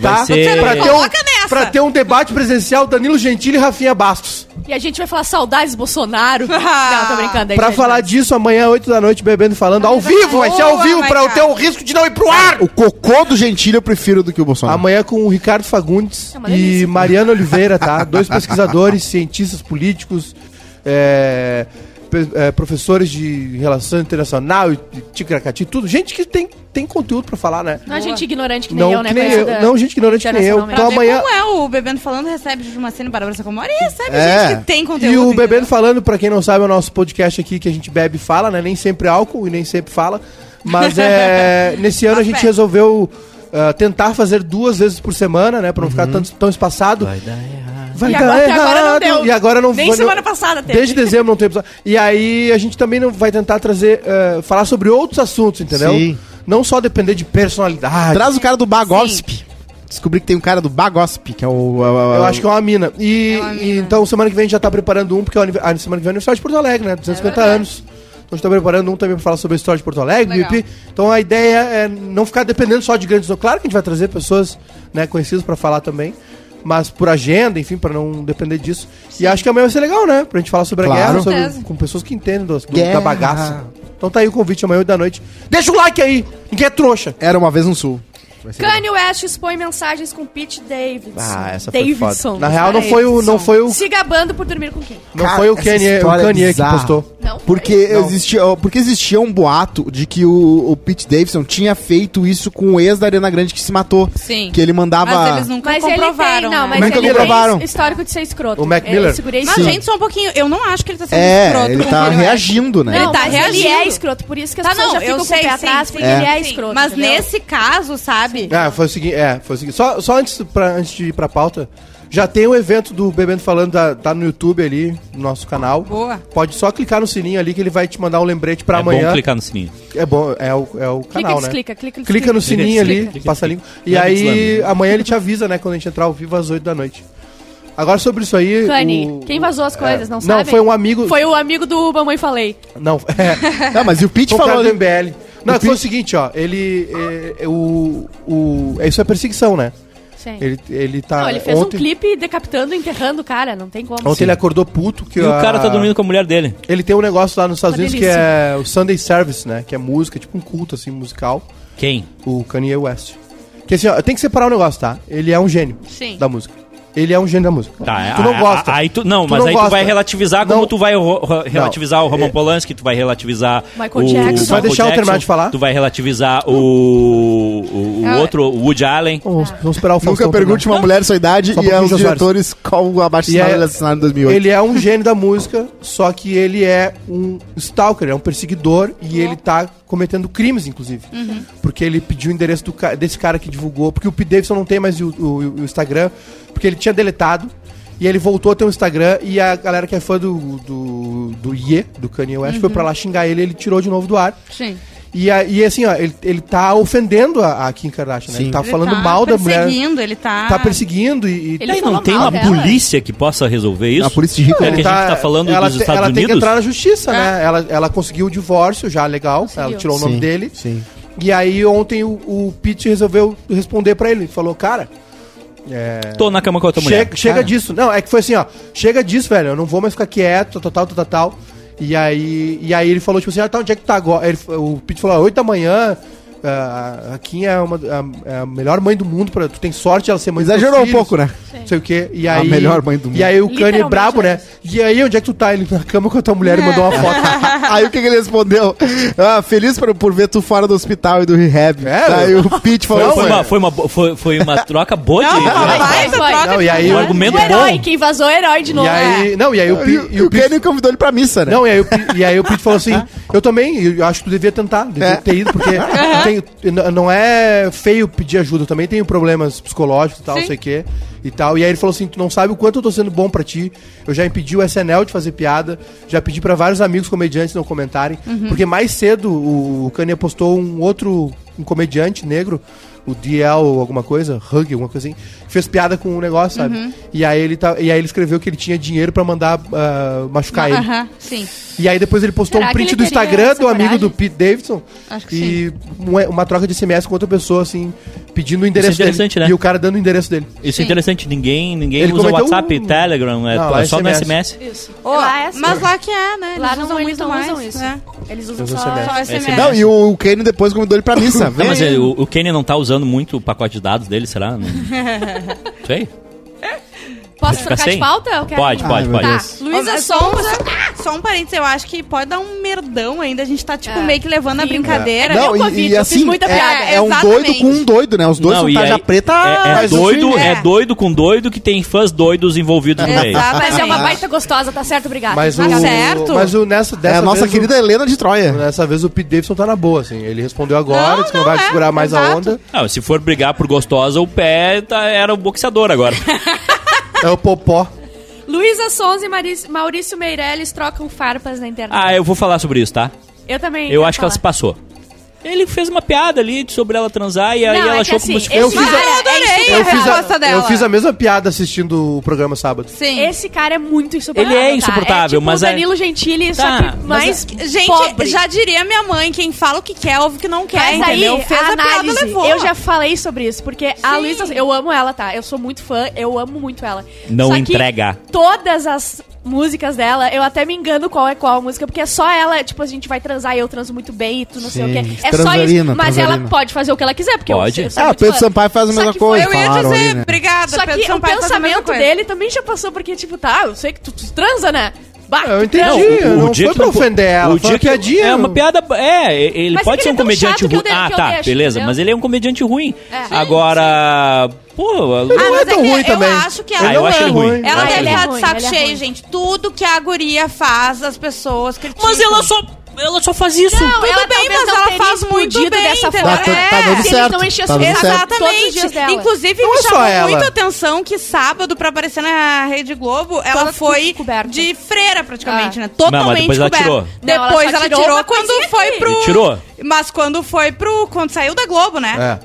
tá?
Vai ser-
Pra,
Você
ter
não
um,
coloca nessa.
pra ter um debate presencial Danilo Gentili e Rafinha Bastos.
E a gente vai falar saudades Bolsonaro. não, tô brincando. aí,
Pra
gente,
falar
mas-
disso amanhã, 8 da noite, bebendo e falando ao vivo. Vai ser ao
Boa,
vivo,
vai,
pra eu
cara.
ter o risco de não ir pro ar.
O cocô do Gentili eu prefiro do que o Bolsonaro.
Amanhã com o Ricardo Fagundes
É uma
e
delícia.
Mariana Oliveira, tá? Dois pesquisadores, cientistas políticos, é, pe- é, professores de relação internacional, e e ticracati, tudo. Gente que tem, tem conteúdo pra falar, né?
Não é gente ignorante que nem
Não,
eu, né?
que nem
conhecida
eu. Não, gente ignorante que nem eu.
internacionalmente.
Então
Pra ver
amanhã-
Como é o Bebendo Falando recebe de uma cena Bárbara Sacomori e recebe
É.
gente que tem conteúdo.
E o
entendeu?
Bebendo Falando, pra quem não sabe, é o nosso podcast aqui que a gente bebe e fala, né? Nem sempre álcool e nem sempre fala. Mas é, nesse ano a gente
Café.
resolveu ah, tentar fazer duas vezes por semana, né? Pra não ficar tanto, tão espaçado. Vai dar errado. Vai
E agora- até agora não deu.
E agora não
Nem
vai-
semana
não-
passada teve.
Desde dezembro não tem episódio. E aí a gente também não vai tentar trazer, ah, falar sobre outros assuntos, entendeu?
Sim.
Não só depender de personalidade.
Traz o cara do Bagosp. Descobri que tem um cara do Bagosp, que é o.
Eu acho que é uma mina. E,
É uma
e
mina.
então semana que vem a gente já tá preparando um, porque é o anive- a semana que vem é o aniversário de Porto Alegre, né? 250 anos. Então a gente tá preparando um também pra falar sobre a história de Porto Alegre,
Legal.
pipi. Então a ideia é não ficar dependendo só de grandes. Claro que a gente vai trazer pessoas né, conhecidas pra falar também. Mas por agenda, enfim, pra não depender disso. E acho que amanhã vai ser legal, né? Pra gente falar sobre
Claro.
a guerra, sobre-
Certeza.
com pessoas que entendem do- do-
Guerra.
da bagaça. Então tá aí o convite amanhã oito da noite. Deixa o like aí! Ninguém é trouxa.
Era uma vez no sul.
Vai ser legal.
Kanye West expõe mensagens com Pete Davidson.
Ah, essa foi
Davidson.
foda. Na real, não foi o- não foi o-
Se gabando por dormir com quem?
Não
Cara,
foi o
essa
Kanye, o
história é
Kanye que
bizarra.
postou.
Não.
Porque existia, porque existia um boato de que o, o Pete Davidson tinha feito isso com o ex da Arena Grande que se matou.
Sim.
Que ele mandava.
Mas eles nunca
Mas ele tem,
comprovaram.
não,
né?
mas
Nunca
ele
comprovaram.
tem histórico de ser escroto. É,
O Mac
Eu
Miller?
segurei
Mas,
isso.
gente, só um pouquinho. Eu não acho que ele tá sendo escroto.
É, ele
com
tá
o Kanye West.
reagendo, né?
Não,
Ele tá
mas
reagindo.
Ele é escroto, por isso que as
Tá,
pessoas
não,
já ficam
eu
com
sei,
o pé
sim,
atrás,
sim.
porque ele é
Sim,
escroto.
Mas
entendeu?
nesse caso, sabe?
Ah, foi o seguinte, é, foi o seguinte. Só, só antes, pra, antes de ir pra pauta, já tem o evento do Bebendo Falando, tá, tá no YouTube ali, no nosso canal.
Boa.
Pode só clicar no sininho ali que ele vai te mandar um lembrete pra
é
amanhã.
bom clicar no sininho.
É bom, é o, é o
Clica,
canal, né?
desclica, clica,
Clica no
Clica,
sininho
desclica,
ali,
clica,
passa a língua.
desclica.
E
Lembra
aí,
disso, né?
amanhã ele te avisa, né, quando a gente entrar ao vivo às 8 da noite. Agora sobre isso aí.
Kanye,
o-
quem vazou as coisas, não
Não,
sabe?
foi um amigo.
Foi o amigo do Mamãe Falei.
Não, é.
Não, mas e o Pete
Foi o
falou.
cara do
ali-
MBL. Não, é
O
foi o
Pete-
seguinte, ó. Ele. É, é, o, o, é, isso é perseguição, né?
Sim.
Ele, ele tá.
Não, ele fez
ontem,
um clipe decapitando, enterrando o cara, não tem como.
Ontem ele acordou puto que
E o
a-
cara tá dormindo com a mulher dele.
Ele tem um negócio lá nos Estados
Uma
Unidos que
delícia.
é o Sunday Service, né? Que é música, tipo um culto assim musical.
Quem?
O Kanye West. Que assim, ó, tem que separar o negócio, tá? Ele é um gênio
Sim.
da música. Ele é um gênio da música.
Tá,
tu
a-
não
a-
gosta.
Aí tu, não,
Tu
mas
não
aí
gosta.
tu vai relativizar como
Não.
tu vai ro- ro- relativizar o Roman
é-
Polanski, tu vai relativizar
Michael
o
Jackson. Tu vai
Michael
deixar eu
Jackson,
terminar de falar?
Tu vai relativizar o, o, o
É.
Ah,
outro, o Woody Allen.
Vamos, vamos esperar o Faustão
Nunca pergunte
terminar.
uma mulher sua idade
um Só um
e aos
pouquinho, Jô
diretores qual abaixo
E
sinal
é-
eles assinaram em 2008.
Ele é um gênio da música, só que ele é um stalker, é um perseguidor e
Uhum.
ele tá cometendo crimes, inclusive. Porque ele pediu o endereço do ca- desse cara que divulgou. Porque o Pete Davidson não tem mais o, o- o Instagram, porque ele tinha deletado. E ele voltou a ter um Instagram e a galera que é fã do, do, do Ye, do Kanye West, foi pra
Uhum.
lá xingar ele ele tirou de novo do ar.
Sim.
E, a- e assim, ó, ele, ele tá ofendendo a, a Kim Kardashian, né? Ele tá
Ele
falando
tá
mal da mulher.
Perseguindo, ele tá.
Tá perseguindo e. e-
Ele
Daí não
falou
tem
mal
uma
dela.
polícia que possa resolver isso?
A polícia de rico.
É que a gente tá falando
ela
dos
te-
Estados
ela tem que
Unidos?
entrar na justiça, né? Ela, ela conseguiu o divórcio já, legal. Ela tirou o nome
Sim,
dele.
Sim.
E aí ontem o, o Pete resolveu responder pra ele. Falou, cara,
Tô na cama com a outra mulher.
chega, chega disso. Não, é que foi assim, ó. Chega disso, velho. Eu não vou mais ficar quieto, tal, tal, tal, tal, tal. E aí, e aí ele falou, tipo assim, ah, tá, onde é que tá agora? Ele- o Pete falou, 8 da manhã... ah, a Kim é, uma, a, é a melhor mãe do mundo. Pra, tu tem sorte de ela ser mãe dos teus
Exagerou um
filhos."
pouco, né?
Não sei o quê. E
A
aí,
melhor mãe do mundo.
E aí o Kanye
Literalmente
brabo,
é
né? E aí, onde é que tu tá? Ele na cama com a tua mulher e mandou uma foto.
Aí o que, que ele respondeu? Ah, feliz por, por ver tu fora do hospital e do rehab.
É,
Aí o Pete
Foi,
falou.
foi
"Ué,
uma, foi, uma, bo- foi, foi uma troca boa de.
Não,
né?
uma baita
Vai, vai.
troca
Não,
de
e aí-
mulher.
Um argumento
O herói,
bom.
quem vazou é herói de novo.
e aí, não, e aí o,
E,
Pi-
o, e o Kenny convidou ele pra missa, né?
Não, e aí o, Pi- e aí o Pete falou assim: Eu também, eu acho que tu devia tentar, devia
É.
ter ido, porque tem- n- não é feio pedir ajuda, eu também tenho problemas psicológicos e tal, não sei o quê. E tal. E aí ele falou assim: Tu não sabe o quanto eu tô sendo bom pra ti. Eu já impedi o SNL de fazer piada, já pedi pra vários amigos comediantes não comentarem.
Uhum.
Porque mais cedo o, o Kanye postou um outro um comediante negro. O DL ou alguma coisa, Hug, alguma coisa assim, que fez piada com o negócio, sabe?
Uhum.
E, aí ele tá, e aí ele escreveu que ele tinha dinheiro pra mandar ah, machucar ele.
Aham, sim.
E aí depois ele postou
Será
um
que
print
ele
do
teria
Instagram
essa
do amigo
coragem?
do Pete Davidson
Acho que
e uma, uma troca de SMS com outra pessoa, assim, pedindo o endereço
interessante,
dele.
né?
E o cara dando o endereço dele.
Isso é interessante, ninguém, ninguém
Ele
usa
cometeu
WhatsApp,
um-
Telegram, é,
Não,
to-
lá é
só
SMS.
no SMS.
Isso.
Ó,
lá é assim.
mas lá que é, né?
Lá
eles
não,
usam
eles
muito
não
mais.
usam isso.
Né?
É, Eles usam
Eles
só...
usam SMS.
Só SMS.
Não, e o, o Kenny depois convidou ele pra missa.
Não, mas
Vem.
é,
É.
ele- o, o Kenny não tá usando muito o pacote de dados dele, será? Não Não sei.
Posso
Fica
trocar
sem?
de pauta? Eu quero-
Pode,
Ai,
pode,
meu
pode.
Tá,
Deus.
Luísa
Luísa
só,
Sonza...
um- só um parênteses, eu acho que pode dar um merdão ainda. A gente tá, tipo,
É.
meio que levando a
Sim.
brincadeira.
Não,
Eu-
Covid, eu fiz
assim,
muita
é,
piada.
é um doido
Exatamente.
com um doido, né? Os dois
Não,
são
e
tarja
aí-
preta.
É- É,
mas o
doido,
filme-
é.
é.
doido com doido que tem fãs doidos envolvidos no meio.
Exatamente.
Mas é uma baita gostosa, tá certo? Obrigada.
Ah. Mas
Tá
o.
certo.
Mas o nessa
É
dessa
a nossa
vez, o-
querida Helena de
É.
Troia.
Dessa vez o Pete Davidson tá na boa, assim. Ele respondeu agora,
Não,
disse que não
não,
vai
é,
segurar mais a
exato.
onda.
Não, se for brigar por gostosa, o pé tá- era o boxeador agora.
É o Popó.
Luísa Sonza e Maris- Maurício Meirelles trocam farpas na internet.
ah, eu vou falar sobre isso, tá?
eu também.
Eu
quero
acho que ela se
falar.
passou. Ele fez uma piada ali sobre ela transar e aí
Não,
ela
é que
achou
assim,
como se
esse
Eu fiz a-
cara
Eu adorei.
é
Sim,
Eu fiz,
resposta
a, eu
dela.
fiz a mesma piada assistindo o programa sábado.
Sim.
Esse cara é muito insuportável.
Ele é
tá?
insuportável,
tipo
mas
o
é-
Danilo Gentili,
Tá,
só que
mas
mais
Gente,
pobre.
já diria minha mãe, quem fala o que quer, ouve o que não quer,
Mas aí,
entendeu? Fez a, piada,
análise,
levou.
eu já falei sobre isso, porque a
Sim.
Luísa, eu amo ela, tá? Eu sou muito fã, eu amo muito ela.
Não
Só que
entrega.
todas as músicas dela, eu até me engano qual é qual a música, porque é só ela, tipo, a gente vai transar e eu transo muito bem e tu não sei o
Sim.
quê. É só isso.
Transalina,
Mas
transalina.
ela pode fazer o que ela quiser, porque
Pode.
Eu,
É,
eu,
Ah, Pedro Sampaio faz a
Só
mesma
que
coisa.
foi-
Eu ia
falaram
dizer,
aí, né?
obrigada,
Só
Pedro
que o
Sampaio faz a mesma
pensamento
coisa.
dele também já passou, porque, tipo, tá, eu sei que tu, tu transa, né? Bah,
Ah,
Eu
tu
entendi,
transa.
não, não foi pra
po-
ofender ela, foi uma
que-
piadinha.
É uma piada. É, ele
Mas é
pode
que
ser
ele
um
é tão
comediante
chato que
ruim.
eu de-
Ah,
que eu
tá,
deixo,
beleza.
entendeu?
Mas ele é um comediante ruim.
É. Sim,
Agora. Pô, a Lu-
Ah,
Não é
mas
tão
que
ruim
eu
também.
acho que a
Ah, eu
não
acho
é
ele ruim.
ruim.
Eu
Ela
acho
deve
ele
estar
ruim,
de saco
ele é
cheio,
ruim.
gente. Tudo que a guria faz, as pessoas criticam.
Mas ela só. Ela só faz isso.
Não,
Tudo bem,
ela talvez
mas
não
ela
teria
faz muito
explodido
bem,
dessa
entendeu?
Tá,
forma.
tá, tá dando
É.
Se eles
certo.
não enchessem
Tá
o
dando
saco
certo.
todos os dias
Exatamente.
dela.
Inclusive,
Não
me
é só
chamou
ela.
muito a atenção que sábado, pra aparecer na Rede Globo, ela
Toda
foi
cu- coberta.
de freira praticamente,
Ah.
né? Totalmente
Não, mas depois ela
coberta.
tirou.
Não, ela
Depois
só
ela
tirou
tirou,
uma
quando
coisinha
foi
aqui.
pro.
Tirou?
Mas quando foi pro. Quando saiu da Globo, né?
É.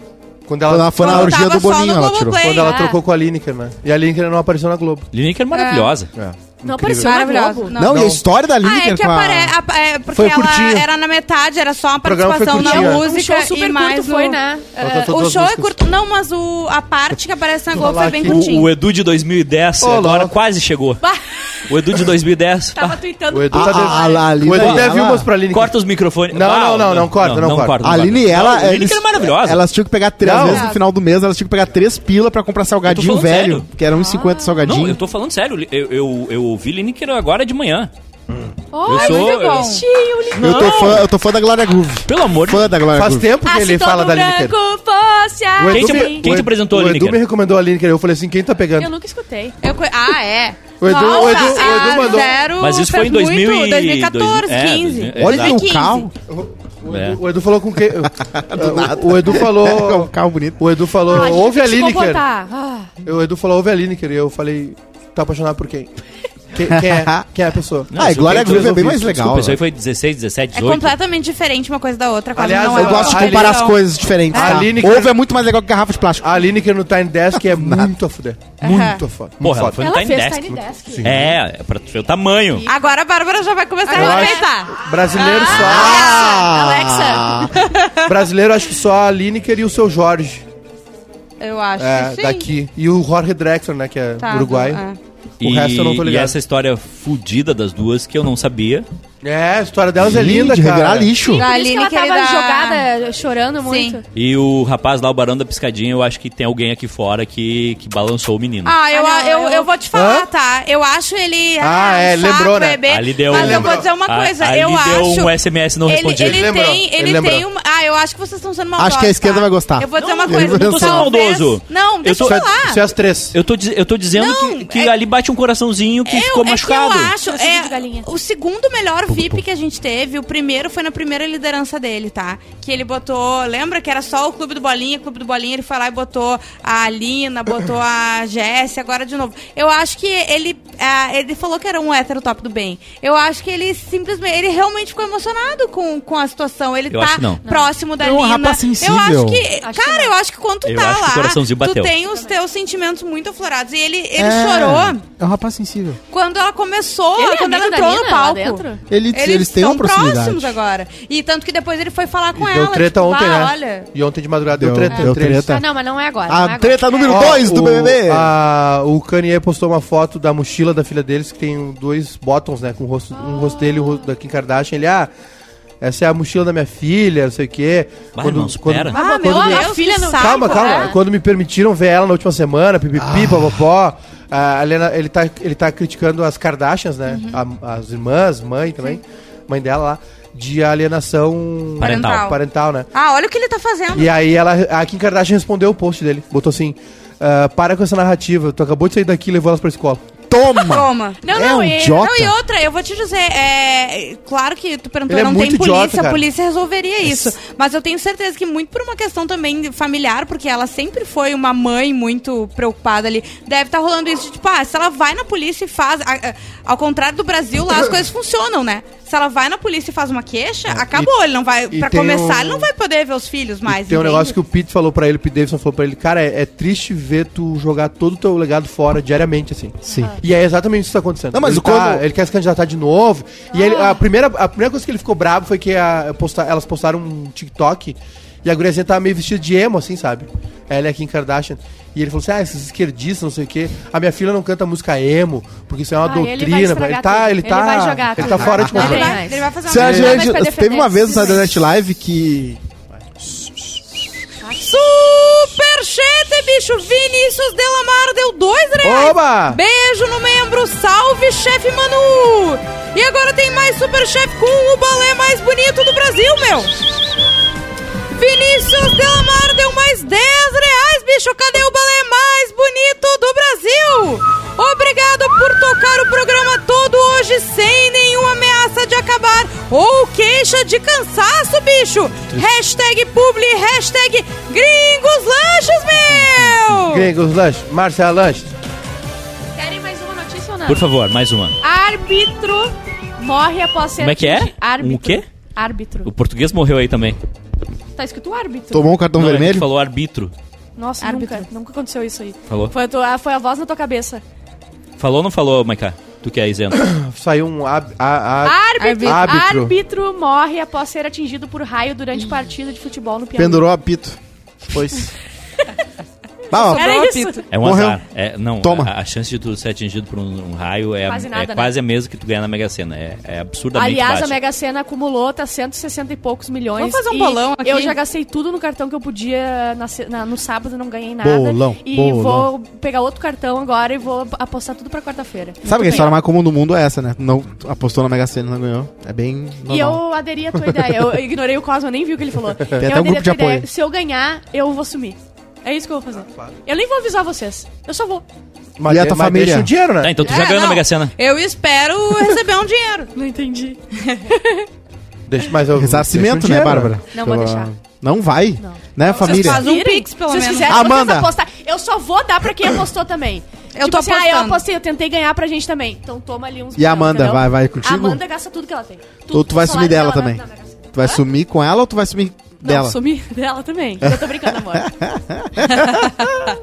Quando ela,
Quando ela foi na
Quando
orgia
tava
do
só no
Boninho, ela tirou.
Globoplay.
quando ela
Ah.
trocou com a Lineker, né? E a Lineker não apareceu na Globo.
Lineker é maravilhosa.
É.
Não
incrível.
né,
apareceu na
Maravilhosa.
Globo.
Não.
Não, e
Não.
a história da
Ah,
Lineker
é que
com a-
apare... a- é, porque
Foi
ela
curtinho.
era na metade, era só uma
programa foi
participação na
curtinho, é.
Um
música
show super
e mais
curto
no...
foi, né?
Ela
É,
cantou
o
duas
show é
músicas.
curto. Não, mas o... a parte que aparece na Globo
falar
foi bem
Tá aqui.
curtinho.
O, o Edu de 2010
Ô,
agora
louco.
quase chegou.
Bah,
O Edu de 2010.
tava
ah,
tweetando.
O Edu
A-
tá
a- a- a
devendo. O Edu
Lineker-
deve
ela-
umas pra Lineker.
Corta os microfones.
Não,
Ah,
não, não, não corta, não corta.
A Aline, ela.
A Lineker é
eles-
maravilhosa.
Elas tinham que pegar três
Não.
vezes no final do mês, elas tinham que pegar três pila pra comprar salgadinho
falando
velho.
sério.
Que era
Ah.
1,50
é
salgadinho.
Não, eu tô falando sério. Eu, eu, eu ouvi Lineker agora de manhã.
Olha,
sou-
que
eu-
bonitinho, lindo.
Eu tô
Não.
fã, eu tô fã da Glória Groove.
Pelo amor de
Fã da Glória
Faz
Groove.
tempo que
Ah, se
ele
todo
fala da Lineker.
branco fosse
Quem
assim.
te- quem te apresentou a
o Edu
Lineker?
me recomendou a Lineker. Eu falei assim, quem tá pegando?
Eu nunca escutei.
Eu co- Ah, é.
O Edu- o Edu-
Nossa,
o Edu
a
mandou.
Zero
Mas isso foi em
fez
2000
muito, 2014,
é,
15.
2015.
Olha
Exato.
que o carro.
O,
É.
Edu, o Edu falou com quem? o, o Edu
É um
falou...
carro bonito.
O Edu falou,
Ah, gente,
ouve a
tem que se
Lineker.
comportar. Ah,
O Edu falou, ouve a Lineker. E eu falei, tá apaixonado por quem? Quem, quem é, quem é a pessoa?
Não,
ah, e
isso
Glória
eu
Groove é
resolvi,
bem mais legal.
Desculpa, isso aí
né?
velho.
foi 16, 17,
É
18.
completamente diferente uma coisa da outra. quase
Aliás,
não é
Eu
uma
gosto de
A
comparar as
comparação.
coisas diferentes,
A
tá?
Lineker-
Ovo é muito mais legal que garrafa de plástico.
A Lineker no Tiny Desk é muito a fuder. Muito a foda.
Porra, ela
muito
foi
foda.
no
Ela
Tiny
fez
tá Desk.
Tiny Desk.
É, é pra tu ver o tamanho.
Agora a Bárbara já vai começar
Eu
a
acho-
respeitar.
Brasileiro
Ah.
Alexa, Alexa.
só. Brasileiro acho que só a Lineker e o seu Jorge.
Eu acho
É,
que sim.
daqui. E o Jorge Drexler, né? Que é
Tá,
uruguaio.
é.
O resto eu não tô
E- E
ligado.
essa história fudida das duas que eu não sabia.
É, a história delas é
Ih,
linda,
de revirar
cara.
lixo.
Da
Por isso que
Aline
ela tava
querida-
jogada, chorando muito.
E o rapaz lá, o Barão da Piscadinha, eu acho que tem alguém aqui fora que, que balançou o menino.
Ah, eu,
Ah, não,
eu,
eu-
eu, vou te falar,
Hã?
tá? Eu acho ele.
Ah, é,
um
lembrou, né?
bebê,
Ali deu
mas
um-
eu vou dizer uma
A-
coisa.
ali
eu
deu
acho.
um SMS não
ele,
respondido.
ele
Lembrou,
tem, ele
ele lembrou.
tem uma. Ah, eu acho que vocês estão sendo maldosos.
Acho que a esquerda
tá?
vai gostar.
Eu vou dizer
Não,
uma
eu
coisa.
não tô sendo
talvez-
maldoso.
Não, deixa
Eu
eu,
tô-
falar.
Isso é as três.
Eu tô, diz- eu tô dizendo
Não,
que, que
é-
ali bate um coraçãozinho que ficou
é que
machucado.
eu acho,
Coração de
é,
galinha.
o segundo melhor VIP que a gente teve, o primeiro foi na primeira liderança dele, tá? Que ele botou, lembra que era só o Clube do Bolinha, Clube do Bolinha, ele foi lá e botou a Alina, botou a Jéssica, agora de novo. Eu acho que ele, ah, ele falou que era um hétero top do bem. Eu acho que ele simplesmente, ele realmente ficou emocionado com, com a situação. Ele
Eu
tá
acho que não.
próximo da
É um
Alina.
rapaz sensível.
Eu acho que,
Acho que
cara,
não.
eu acho que quando tu
Eu
tá
acho que o
lá,
coraçãozinho
tu
bateu.
tem os teus sentimentos muito aflorados. E ele, ele
É.
chorou
É um rapaz sensível.
quando ela começou,
Ele é
quando ela
amigo da
entrou
Nina
no
lá
palco.
dentro?
É.
Ele- eles têm
são
uma proximidade.
próximos
né,
agora. E tanto que depois ele foi falar com
E
ela.
deu treta
tipo,
ontem,
"Ah,
né?
olha.
E ontem de madrugada deu,
Deu-
treta.
deu
três.
treta.
Ah, não, mas não é agora. não é
A
agora.
treta número
Ó,
2 do
o-
BBB.
a- o Kanye postou uma foto da mochila da filha deles que tem um, dois bottoms, né? Com o rosto, um rosto dele e o rosto da Kim Kardashian. Ele, ah, essa é a mochila da minha filha, não sei o quê.
Vai, irmão, supera.
Ah, meu,
quando
a
me-
minha filha
que
não
saco.
Calma, calma.
é.
Quando me permitiram ver ela na última semana, pipipi, papapó. A Helena, ele tá, ele tá criticando as Kardashians, né?
Uhum.
A- as irmãs, mãe também, mãe dela lá, de alienação
Parental.
parental né?
Ah, olha o que ele tá fazendo.
E aí ela, a Kim Kardashian respondeu o post dele. Botou assim: "Ah, para com essa narrativa, tu acabou de sair daqui e levou elas pra escola.
Toma!
Toma.
Não,
É
não,
um
ele-
idiota.
Não, e outra, eu vou te dizer, é, claro que tu perguntou,
Ele é
não tem
muito idiota,
polícia, a
cara.
polícia resolveria isso. Mas eu tenho certeza que muito por uma questão também familiar, porque ela sempre foi uma mãe muito preocupada ali, deve estar rolando isso de, tipo, ah, se ela vai na polícia e faz, a- a- ao contrário do Brasil, lá as coisas funcionam, né? Se ela vai na polícia e faz uma queixa, acabou, ele não vai,
É, e
pra
tem
começar,
um-
ele não vai poder ver os filhos
E
mais,
tem um
entende?
negócio que o Pete falou pra ele, o Pete Davidson falou pra ele: cara, é, é triste ver tu jogar todo o teu legado fora diariamente, assim.
Sim.
E é exatamente isso que tá acontecendo.
Não, mas
ele,
quando-
tá- ele quer se candidatar de novo. E
Ah.
ele- a, primeira, a primeira coisa que ele ficou bravo foi que a- posta- elas postaram um TikTok e a guriazinha tava meio vestida de emo, assim, sabe? Ela é a Kim Kardashian. E ele falou assim: ah, esses esquerdistas, não sei o quê. A minha filha não canta música emo, porque isso é uma
Ah, ele vai
doutrina. Ele,
estragar
tá,
tudo.
ele
Ele
tá.
vai jogar
ele
tudo.
tá fora de
Não,
controle.
ele,
Não
vai,
tem mais.
ele vai fazer
Se a
Não dá mais
gente-
pra defender,
teve uma vez no
simplesmente.
Saturday Night Live que
Superchete, bicho. Vinícius Delamar deu dois
né?
reais.
Oba!
Beijo no membro. Salve, chefe Manu. E agora tem mais Superchef com o balé mais bonito do Brasil, meu. Vinícius Delamar deu mais 10 reais, bicho. Cadê o balé mais bonito do Brasil? Obrigado por tocar o programa todo hoje sem nenhuma ameaça de acabar ou queixa de cansaço, bicho. Hashtag publi, hashtag gringos lanches, meu.
Gringos Lanche, Marcia Lanche.
Querem mais uma notícia ou não?
Por favor, mais uma.
Árbitro morre após ser.
Como é que é?
atingi- Árbitro.
Um quê?
Árbitro.
O português morreu aí também.
Tá escrito árbitro.
Tomou um cartão
Não, a gente
vermelho?
falou arbítrio.
Nossa,
Árbitro.
nunca. Nunca aconteceu isso aí.
Falou?
Foi a, tua- ah, foi a voz na tua cabeça.
Falou ou não falou, Maiká? Tu que é isento.
Saiu um ab, a,
Ah!
a-
Árbitro.
Árbitro.
Árbitro. morre após ser atingido por raio durante partida de futebol no Piauí.
Pendurou apito. Pois. Tá, ó.
Era
Sobrou
isso.
apito.
É um
Morreu.
azar. É, não,
Toma.
A, a chance de tu ser atingido por um, um raio é é quase,
Quase nada, né?
a mesma que tu ganhar na Mega Sena. É, é absurdamente
Aliás,
baixa.
a Mega Sena acumulou, tá 160 e poucos milhões.
Vamos fazer um
e
bolão aqui?
Eu já gastei tudo no cartão que eu podia na se- na- no sábado, não ganhei nada.
Bolão,
e
bolão.
vou pegar outro cartão agora e vou ap- apostar tudo pra quarta-feira.
Sabe que a história mais comum do mundo é essa, né? Não apostou na Mega Sena e não ganhou. É bem normal.
E eu aderi à tua ideia. Eu ignorei o Cosmo, eu nem vi o que ele falou. eu
até um
aderi à
grupo de
tua ideia.
apoio.
Se eu ganhar, eu vou sumir. É isso que eu vou fazer. Eu nem vou avisar vocês. Eu só vou.
mas
E a
de-
tua
mas
família?
Deixa o dinheiro,
Tá,
né?
então tu já
É,
ganhou na
não.
Mega Sena.
Eu espero receber um dinheiro.
Não entendi.
Deixa mais eu. um
Ressarcimento, né, Bárbara?
Não vou
Pela-
deixar.
Não vai?
Não.
Né, família?
fazem- Faz um pix, pelo
Se
menos.
vocês quiserem, vocês
Amanda.
apostar. Eu só vou dar pra quem apostou também.
Eu tô
ah, eu
apostando.
apostei, eu tentei ganhar pra gente também. Então toma ali uns
E a Amanda,
entendeu?
vai- vai contigo?
A Amanda gasta tudo que ela tem.
Tu,
Tudo,
tu vai
o
sumir
salário né?
dela
vai-
também?
não, vai gastar.
Tu vai sumir com ela ou tu vai sumir
Não,
dela?
sumir dela também. Eu tô brincando, amor.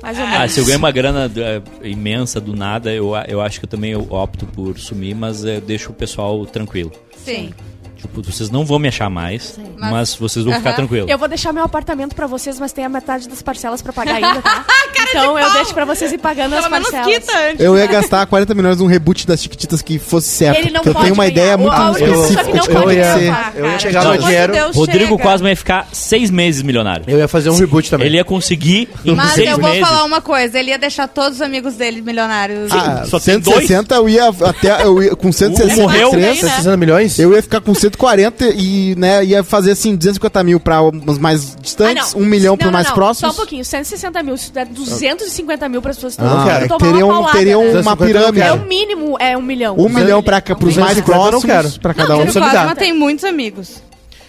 Mais ou menos.
Ah, se eu ganho uma grana é, imensa do nada, eu, a- eu acho que eu também eu opto por sumir, mas é, deixo o pessoal tranquilo.
Sim.
Tipo, vocês não vão me achar mais, mas, vocês vão ficar
Aham.
tranquilos.
Eu vou deixar meu apartamento pra vocês, mas tem a metade das parcelas pra pagar ainda, tá? então eu deixo pra vocês ir pagando
Pelo
as
menos
parcelas.
quita antes.
Eu ia gastar 40 milhões num reboot das Chiquititas que fosse certo.
Ele não
porque É, eu
pode
tenho uma
ganhar.
ideia muito
A única pessoa
específica
que não
de
pode
como
eu,
tem que
ia,
ganhar.
ser.
ser.
eu
Cara,
ia chegar
pelo
no
amor de
dinheiro.
Deus,
Rodrigo
chega.
Cosma ia ficar seis meses milionário.
Eu ia fazer um reboot também.
Ele é ia conseguir em
Mas
seis
eu vou
meses.
falar uma coisa, ele ia deixar todos os amigos dele milionários.
Ah,
Só tem
160 eu ia até eu ia, com
Um morreu.
163,
60 Tá milhões?
eu ia ficar com 140 e né, ia fazer assim 250 mil pra os mais distantes, um milhão
Ah, Não,
para
não,
mais
não.
próximos.
Só um pouquinho, 160 mil. Se der 250 mil pras pessoas que
Ah,
estão
quero.
é que
tomar
teria,
uma
um,
paulada.
teria
né?
uma
250 eu
É
quero.
pirâmide.
o mínimo, é um milhão.
Um milhão pra, pros mais
250 eu não
próximos,
quero.
pra cada
Não,
um.
o
você me dá.
Cosma tem muitos amigos.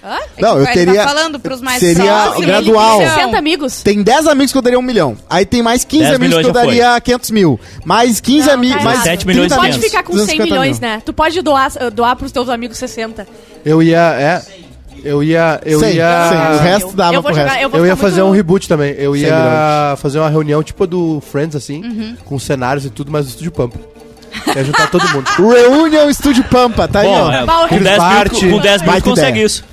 Hã?
É
Não,
que
eu
ele
teria-
tá falando pros mais
seria
Ele
próximos.
gradual.
tem
Ele-
60 amigos.
Tem 10 amigos que eu daria 1 milhão. Aí tem mais 15
10
amigos que eu
milhões já foi.
daria 500 mil. Mais 15
Não,
amigos.
tá
mais
errado.
7 milhões
Tu
e
pode
500.
ficar com 100
250
milhões,
mil.
né? Tu pode doar, doar pros teus amigos 60.
Eu ia. É, eu ia. Eu
Cem,
ia.
cem. O resto dava
Eu vou
Ah, pro
jogar-
resto.
eu vou
Eu ia
ficar
fazer
muito-
um reboot também. Eu
Cem
ia
milhões.
fazer uma reunião tipo a do Friends, assim,
Uhum.
com cenários e tudo, mas no estúdio Pampa. Ia juntar todo mundo.
Reunion é Estúdio Pampa, tá aí,
Bom, é,
ó.
Mal-
com 10
Parte-
mil, com 10 mil
Baita
tu consegue
ideia.
isso.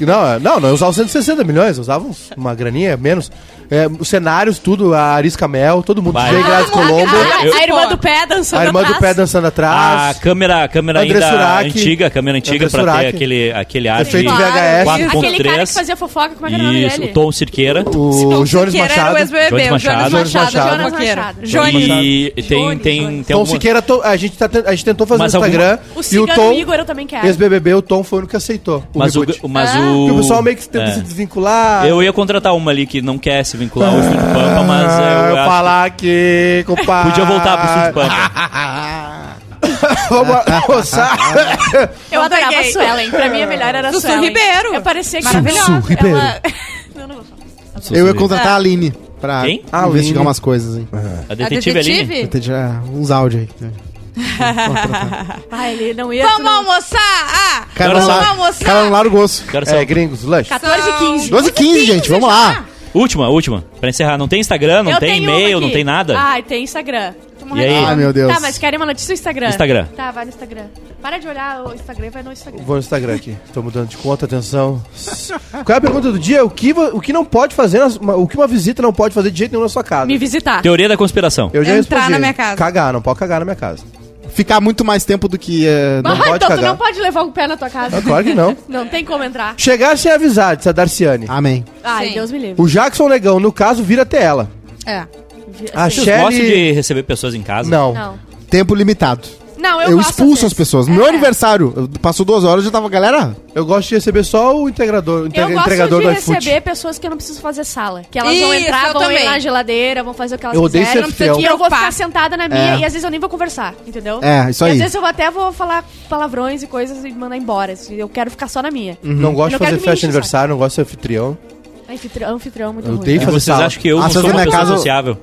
Não, é- não, não, eu usava 160 milhões, eu usava uns- uma graninha menos. É, os cenários, tudo, a Arisca Mel, todo mundo,
Vai.
DJ Grazi Colombo,
Ah,
Eu-
a irmã
Pô.
do pé dançando
a irmã do
atrás.
pé dançando
A
atrás,
câmera, a câmera
André
ainda
Surak.
antiga, a câmera antiga
André
pra
Surak.
ter aquele, aquele ar de...
efeito
Claro,
VHS,
quatro
Aquele cara que
1.3.
fazia fofoca, como é que era o nome
Isso,
dele?
o Tom Cirqueira.
o Jones
Siqueira era
Machado.
o ex-BBB,
Jones
o Jones
Machado.
Machado.
Jones
Jonas
Machado.
Machado.
e
Johnny.
tem, tem, tem
Tom
alguma...
Siqueira, to- a, gente tá, ten- a gente tentou fazer
Mas
no Instagram
O
e o
Cigano é.
Tom,
Igor eu também quero.
ex-BBB, o Tom foi o único que aceitou o
Mas o,
reboot.
mas
Ah.
o...
Porque o pessoal meio que tenta
é.
se desvincular.
Eu ia contratar uma ali que não quer se vincular ao Estúdio Pampa, mas
Ah,
eu,
eu ah,
acho
falar aqui,
que
compadre.
podia voltar pro né? Estúdio Pampa.
Vamos almoçar.
Eu
Não
adorava a
peguei.
Suelen. Pra mim, a melhor era a
Sussu
Suelen.
Ribeiro.
Eu parecia que
Maravilhosa.
Ela-
Sussu Ribeiro.
ela- Não, não vou falar.
ah,
Eu ia contratar a Aline pra
Quem?
investigar
Aline.
umas coisas, hein.
A
A
detetive, é né? Aline?
Vou ter já uns áudios aí.
Ah, ele não ia... tu
Vamos
não-
almoçar! Ah,
Cara,
Agora
não
só-
lar-
vamos almoçar.
cara não larga o gosto.
Quero
É,
saber.
gringos, lanche.
14 e 15.
12 e 15, gente, vamos lá.
Última, última. Pra encerrar. Não tem Instagram, não
Eu
tem
tenho uma
e-mail,
aqui.
não tem nada.
Ah, e tem Instagram. Tô morrendo
E aí?
de fome.
Ai, Ah, meu Deus.
Tá, mas querem uma notícia no Instagram?
Instagram.
Tá, vai no Instagram. Para de olhar o Instagram e vai no Instagram.
Vou no Instagram aqui. Tô mudando de conta, atenção. Qual é a pergunta do dia? O que, vo- o que não pode fazer, nas- uma- o que uma visita não pode fazer de jeito nenhum na sua casa?
Me visitar.
Teoria da conspiração.
Eu já
Entrar
respondi.
na minha casa.
Cagar, não pode cagar na minha casa.
Ficar muito mais tempo do que... eh,
Ah,
não-
Não pode
então tu
cagar.
não pode levar o pé na tua casa.
Ah, claro que não.
Não tem como entrar.
Chegar sem avisar, disse a Darciane.
Amém.
Ai,
Sim.
Deus me livre.
O Jackson Negão, no caso, vira até ela.
É.
A
Vocês gostam
Shelly...
de receber pessoas em casa?
Não.
Não.
Tempo limitado.
Não, eu,
Eu,
gosto,
expulso
às
as
vezes.
pessoas. No meu
É.
aniversário, eu- passou duas horas, eu já tava, galera.
Eu gosto de receber só o integrador, o
Eu
integra-
gosto
entregador
de
do iFood.
receber pessoas que eu não preciso fazer sala. Que elas vão
Isso,
entrar,
eu
vão ir
também.
na geladeira, vão fazer o que elas
Eu odeio
quiserem.
ser fiel.
E eu vou
Preocupar.
ficar sentada na minha
É.
e às vezes eu nem vou conversar, entendeu?
É, isso
E
aí.
às vezes eu até vou falar palavrões e coisas e mandar embora. assim, Eu quero ficar só na minha.
Não gosto de
Eu não quero
fazer
que me
festa de
enche o
aniversário, não gosto de ser anfitrião.
Anfitrião, anfitrião muito
Eu
ruim.
odeio
E
fazer
É, vocês
sala.
acham que eu
Ah,
não
se
sou
você
uma
não é
pessoa
casa, eu-
sociável?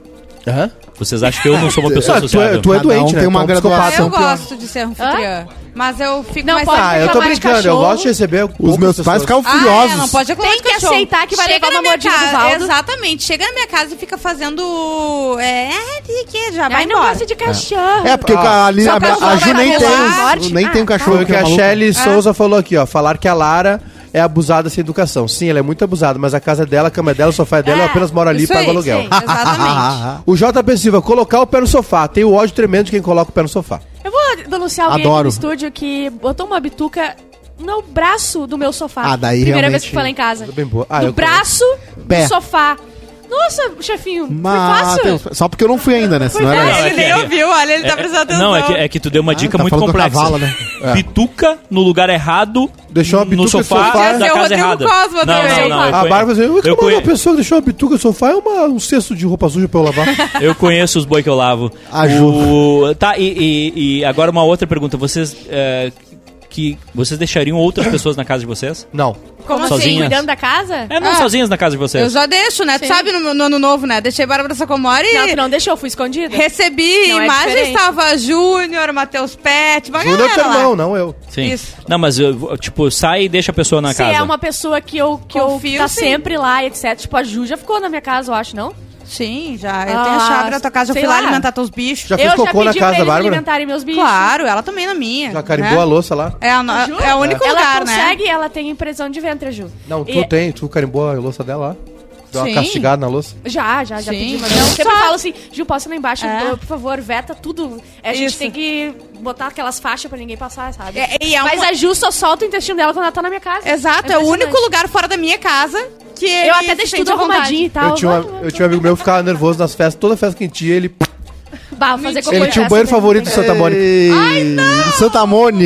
Hã?
Vocês acham que eu não sou uma pessoa
Ah, tu, é,
sociável?
Tá
tu é
Cada um
doente, né?
tem uma
Tu é um
graduação.
psicopata.
Eu
São pior.
gosto de ser anfitriã. Mas eu fico
Não
mais
pode
Ah, eu tô
Reclamar de
brincando, eu
cachorro.
gosto de receber poucas
Os meus
pessoas.
pais ficavam
Ah,
furiosos.
é, não pode reclamar
Tem
de
que
cachorro.
aceitar que vai
Chega
levar
na
uma
minha
mordida do
casa-
Valdo.
Exatamente. Chega na minha casa e fica fazendo... É, de que já vai
Ai, não
embora.
gosto de cachorro.
É, porque a, ali,
Só
a,
cachorro
a Ju
vai
nem
rolar.
tem, nem tem um cachorro.
Foi o que
é
a
maluca.
Shelly Souza falou aqui, ó. Falar que a Lara é abusada sem educação. Sim, ela é muito abusada, mas a casa é dela, a cama é dela, o sofá é dela, eu apenas moro ali e
Isso
pago
aí,
aluguel. Ah,
sim,
Ah,
exatamente.
O JP Silva, colocar o pé no sofá. Tem o ódio tremendo de quem coloca o pé no sofá.
Eu vou denunciar alguém
Adoro.
aqui no estúdio que botou uma bituca no braço do meu sofá.
Ah, daí
Primeira
realmente-
vez que foi lá em casa.
Tá bem boa. Ah, eu
no braço
Pé.
do sofá. Nossa, chefinho,
Mas,
foi fácil.
tem- só porque eu não fui ainda, né? Senão
Foi
era...
fácil.
Não, é
Ele
que-
nem
é-
ouviu, olha, ele tá prestando atenção.
Não, é que, é que tu deu
Ah,
uma dica
tá
muito
falando com a
complexa.
cavala, né?
Bituca no lugar errado,
É. Deixou uma
no
bituca no
sofá,
sofá.
da
Esse é o
casa
Rodrigo
errada.
Cosma
não,
também.
não, não. eu
Ah, a
conhe-
Bárbara falou,
eu,
"Como uma
conhe-
pessoa que deixou uma bituca no sofá é uma- um cesto de roupa suja pra eu lavar.
eu conheço os boi que eu lavo.
A Ju.
O- Tá, e, e- e agora uma outra pergunta. Vocês... é, que vocês deixariam outras pessoas na casa de vocês?
Não.
Como assim?
Sozinhas?
Cuidando da casa?
É, não
Ah.
sozinhas na casa de
Eu
vocês.
já deixo, né? Tu
Sim.
sabe no, no ano novo, né? Deixei Bárbara Sacomori
Não, tu
e
não deixou, fui escondida.
recebi
Não, é
imagens.
diferente.
Tava Júnior, Matheus Pet, uma
Júnior é
galera lá.
não, não eu.
Sim.
Isso.
Não, mas eu vou- tipo, sai e deixa a pessoa na
Se
casa.
é uma pessoa que eu que
Confio,
eu tá
sim.
sempre lá, etc. Tipo, a Ju já ficou na minha casa, eu acho, não?
Sim, já. Eu
Ah,
tenho a chave da tua casa, já
sei
fui lá
lá.
alimentar teus bichos.
Já fez
eu já
cocô na
pedi pra
casa da
eles
Bárbara?
alimentarem meus bichos.
Claro, ela também é na minha.
Já carimbou
né?
a louça lá.
É, a no-
Ju?
é o único
ela
lugar,
consegue,
né?
ela tem impressão de ventre, Ju.
Não, tu
E- é
tem, tu carimbou a louça dela lá. Deu uma
Sim.
castigada na louça.
Já, já, já
Sim,
pedi, mas
mas
eu sempre
só-
falo assim, Ju, posso ir lá embaixo,
É.
Eu, por favor, veta tudo. A gente
Isso.
tem que botar aquelas faixas pra ninguém passar, sabe?
É- e é
mas
uma-
a Ju só solta o intestino dela quando ela tá na minha casa.
Exato, é o
impressionante.
único lugar fora da minha casa que
Eu até deixo tudo arrumadinho e tal.
Eu tinha,
Tá, Vai,
uma-
vai,
eu tinha um amigo meu que ficava nervoso nas festas, toda festa que a gente ia, ele,
Bah, fazer cocô
ele
em
tinha um banheiro
festa também.
favorito de Santa Mônica.
Ai, não! Santa Mônica.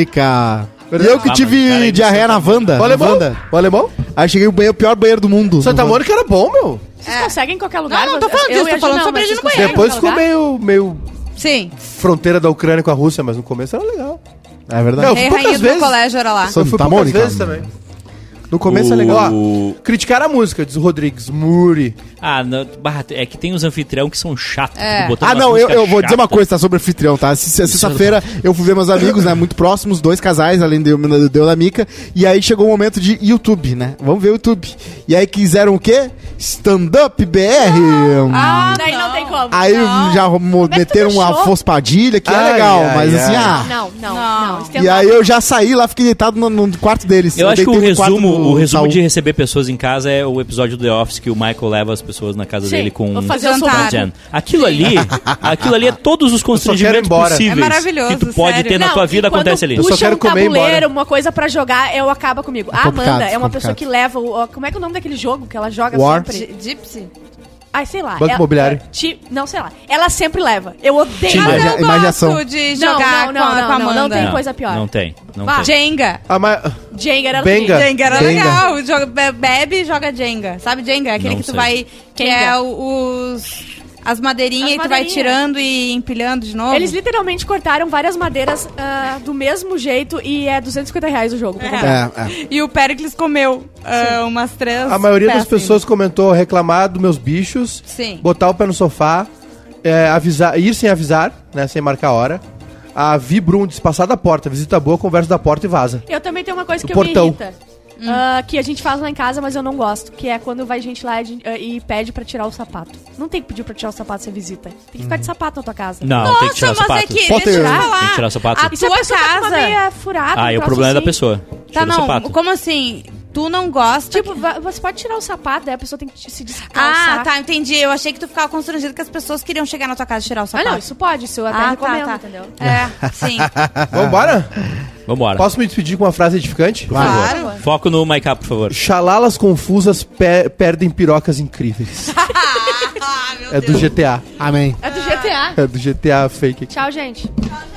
E eu que
Ah,
tive
mas, cara,
é
isso
diarreia na Wanda.
Ah,
O alemão?
na Wanda.
O alemão?
Aí cheguei o banheiro, o pior banheiro do mundo.
Santa
No-
Mônica era bom, meu.
Vocês conseguem em qualquer lugar?
É. Não, não, tô
mas-
falando
eu
disso,
e a
tô
Ju
falando
não,
sobre
mas
ele no
vocês
banheiro.
conseguem É, em
Depois
qualquer
ficou
lugar?
meio, meio
Sim.
fronteira da Ucrânia com a Rússia, mas no começo era legal.
É
Não,
verdade.
Rei
poucas
Rainha do meu
vezes-
colégio era lá.
Santa
eu fui poucas
Mônica.
vezes também. No começo é legal.
O-
Ó, criticar a música, diz o Rodrigues. Muri.
Ah, não, bah, é que tem os anfitrião que são chatos.
É.
ficam botando
Ah,
umas
não, eu,
músicas
eu vou dizer
chatas.
uma coisa, tá? Sobre anfitrião, tá? Se-
é
se- Sexta-feira eu fui ver meus amigos, né? Muito próximos, dois casais, além de eu de eu e da Mica. E aí chegou o momento de YouTube, né? Vamos ver o YouTube. E aí quiseram o quê? Stand-up BR.
Ah, daí não, tem como.
aí
não.
já mo-
que tu
meteram uma
deixou?
fospadilha, que
Ai,
é legal,
ai,
mas
ai.
assim, ah.
Não, não,
Não.
não.
E aí eu já saí lá, fiquei deitado no, no quarto deles.
Eu acho que o
deitei no quarto
resumo,
do
o resumo
Saul.
de receber pessoas em casa é o episódio do The Office que o Michael leva as pessoas na casa
Sim,
dele com
vou fazer
com
o
um
jantar.
Jen. Aquilo ali, aquilo ali é todos
quero
os
ir
constrangimentos
embora.
possíveis
É maravilhoso,
que tu pode
sério.
ter na
Não,
tua
e
vida
quando
acontece ali.
Eu
Puxa
só quero
um
comer e ir embora.
tabuleiro, uma coisa pra jogar, eu acaba comigo. a
complicado,
Amanda é uma
complicado.
pessoa que leva o, o- Como é que é o nome daquele jogo que ela joga
War.
sempre?
Gypsy?
Ai, sei lá.
Banco
Ela- é,
Imobiliário.
Ti- não, sei lá. Ela sempre leva. Eu odeio.
Sim,
Mas
Imagina-
eu
imaginação.
gosto de
Não,
jogar
não, não,
com, a- com
não,
a
não,
Amanda.
não tem
Não,
coisa pior.
Não tem, não
Vá.
tem.
Jenga.
Ah, mas...
Jenga era
Benga.
terrível.
Jenga era
Jenga.
legal. Joga, be- bebe e joga Jenga. Sabe Jenga? Aquele
Não
que tu
sei.
vai... Que
Jenga.
é o- os... As madeirinhas
As
e tu vai
madeirinhas.
tirando e empilhando de novo.
Eles literalmente cortaram várias madeiras ah, do mesmo jeito e é 250 reais o jogo. pra comprar.
É, é.
E o Pericles comeu ah, umas três
A maioria das
peças.
pessoas comentou reclamar dos meus bichos,
Sim.
botar o pé no sofá, é, avisar, ir sem avisar, né, sem marcar a hora. A Vi Brum diz, passar da porta, visita boa, conversa da porta e vaza.
Eu também tenho uma coisa
Do
que
portão.
eu me irrita. ah, que a gente faz lá em casa, mas eu não gosto. Que é quando vai gente lá e, a gente- ah, e pede pra tirar o sapato. Não tem que pedir pra tirar o sapato sem visita. Tem que
Hum.
ficar de sapato na tua casa.
Não, tem que tirar o
Nossa, mas
sapato.
é que...
Pode
deixa eu
tirar.
falar.
Tem que tirar o sapato.
A
E se a
tua
pessoa tá com uma
casa...
meia furada,
Ah, e
um
o
troço
problema é da
assim,
pessoa.
Tá,
Tira o
não.
sapato.
Como assim? Tu não gosta...
Tipo, va- você pode tirar o sapato, daí a pessoa tem que te- se descalçar.
Ah, tá, entendi. Eu achei que tu ficava constrangido que as pessoas queriam chegar na tua casa e tirar o
Ah, tá.
sapato. Tá,
não, isso pode, isso eu até
Ah,
recomendo,
tá, tá.
entendeu?
É, sim.
Vambora?
Vambora.
Posso me despedir com uma frase edificante?
Claro.
Foco no Maiká, por favor.
Xalalas confusas pe- perdem pirocas incríveis.
Ah, meu
É do GTA.
Amém.
É do GTA.
É do GTA fake.
Tchau, gente.
Deus.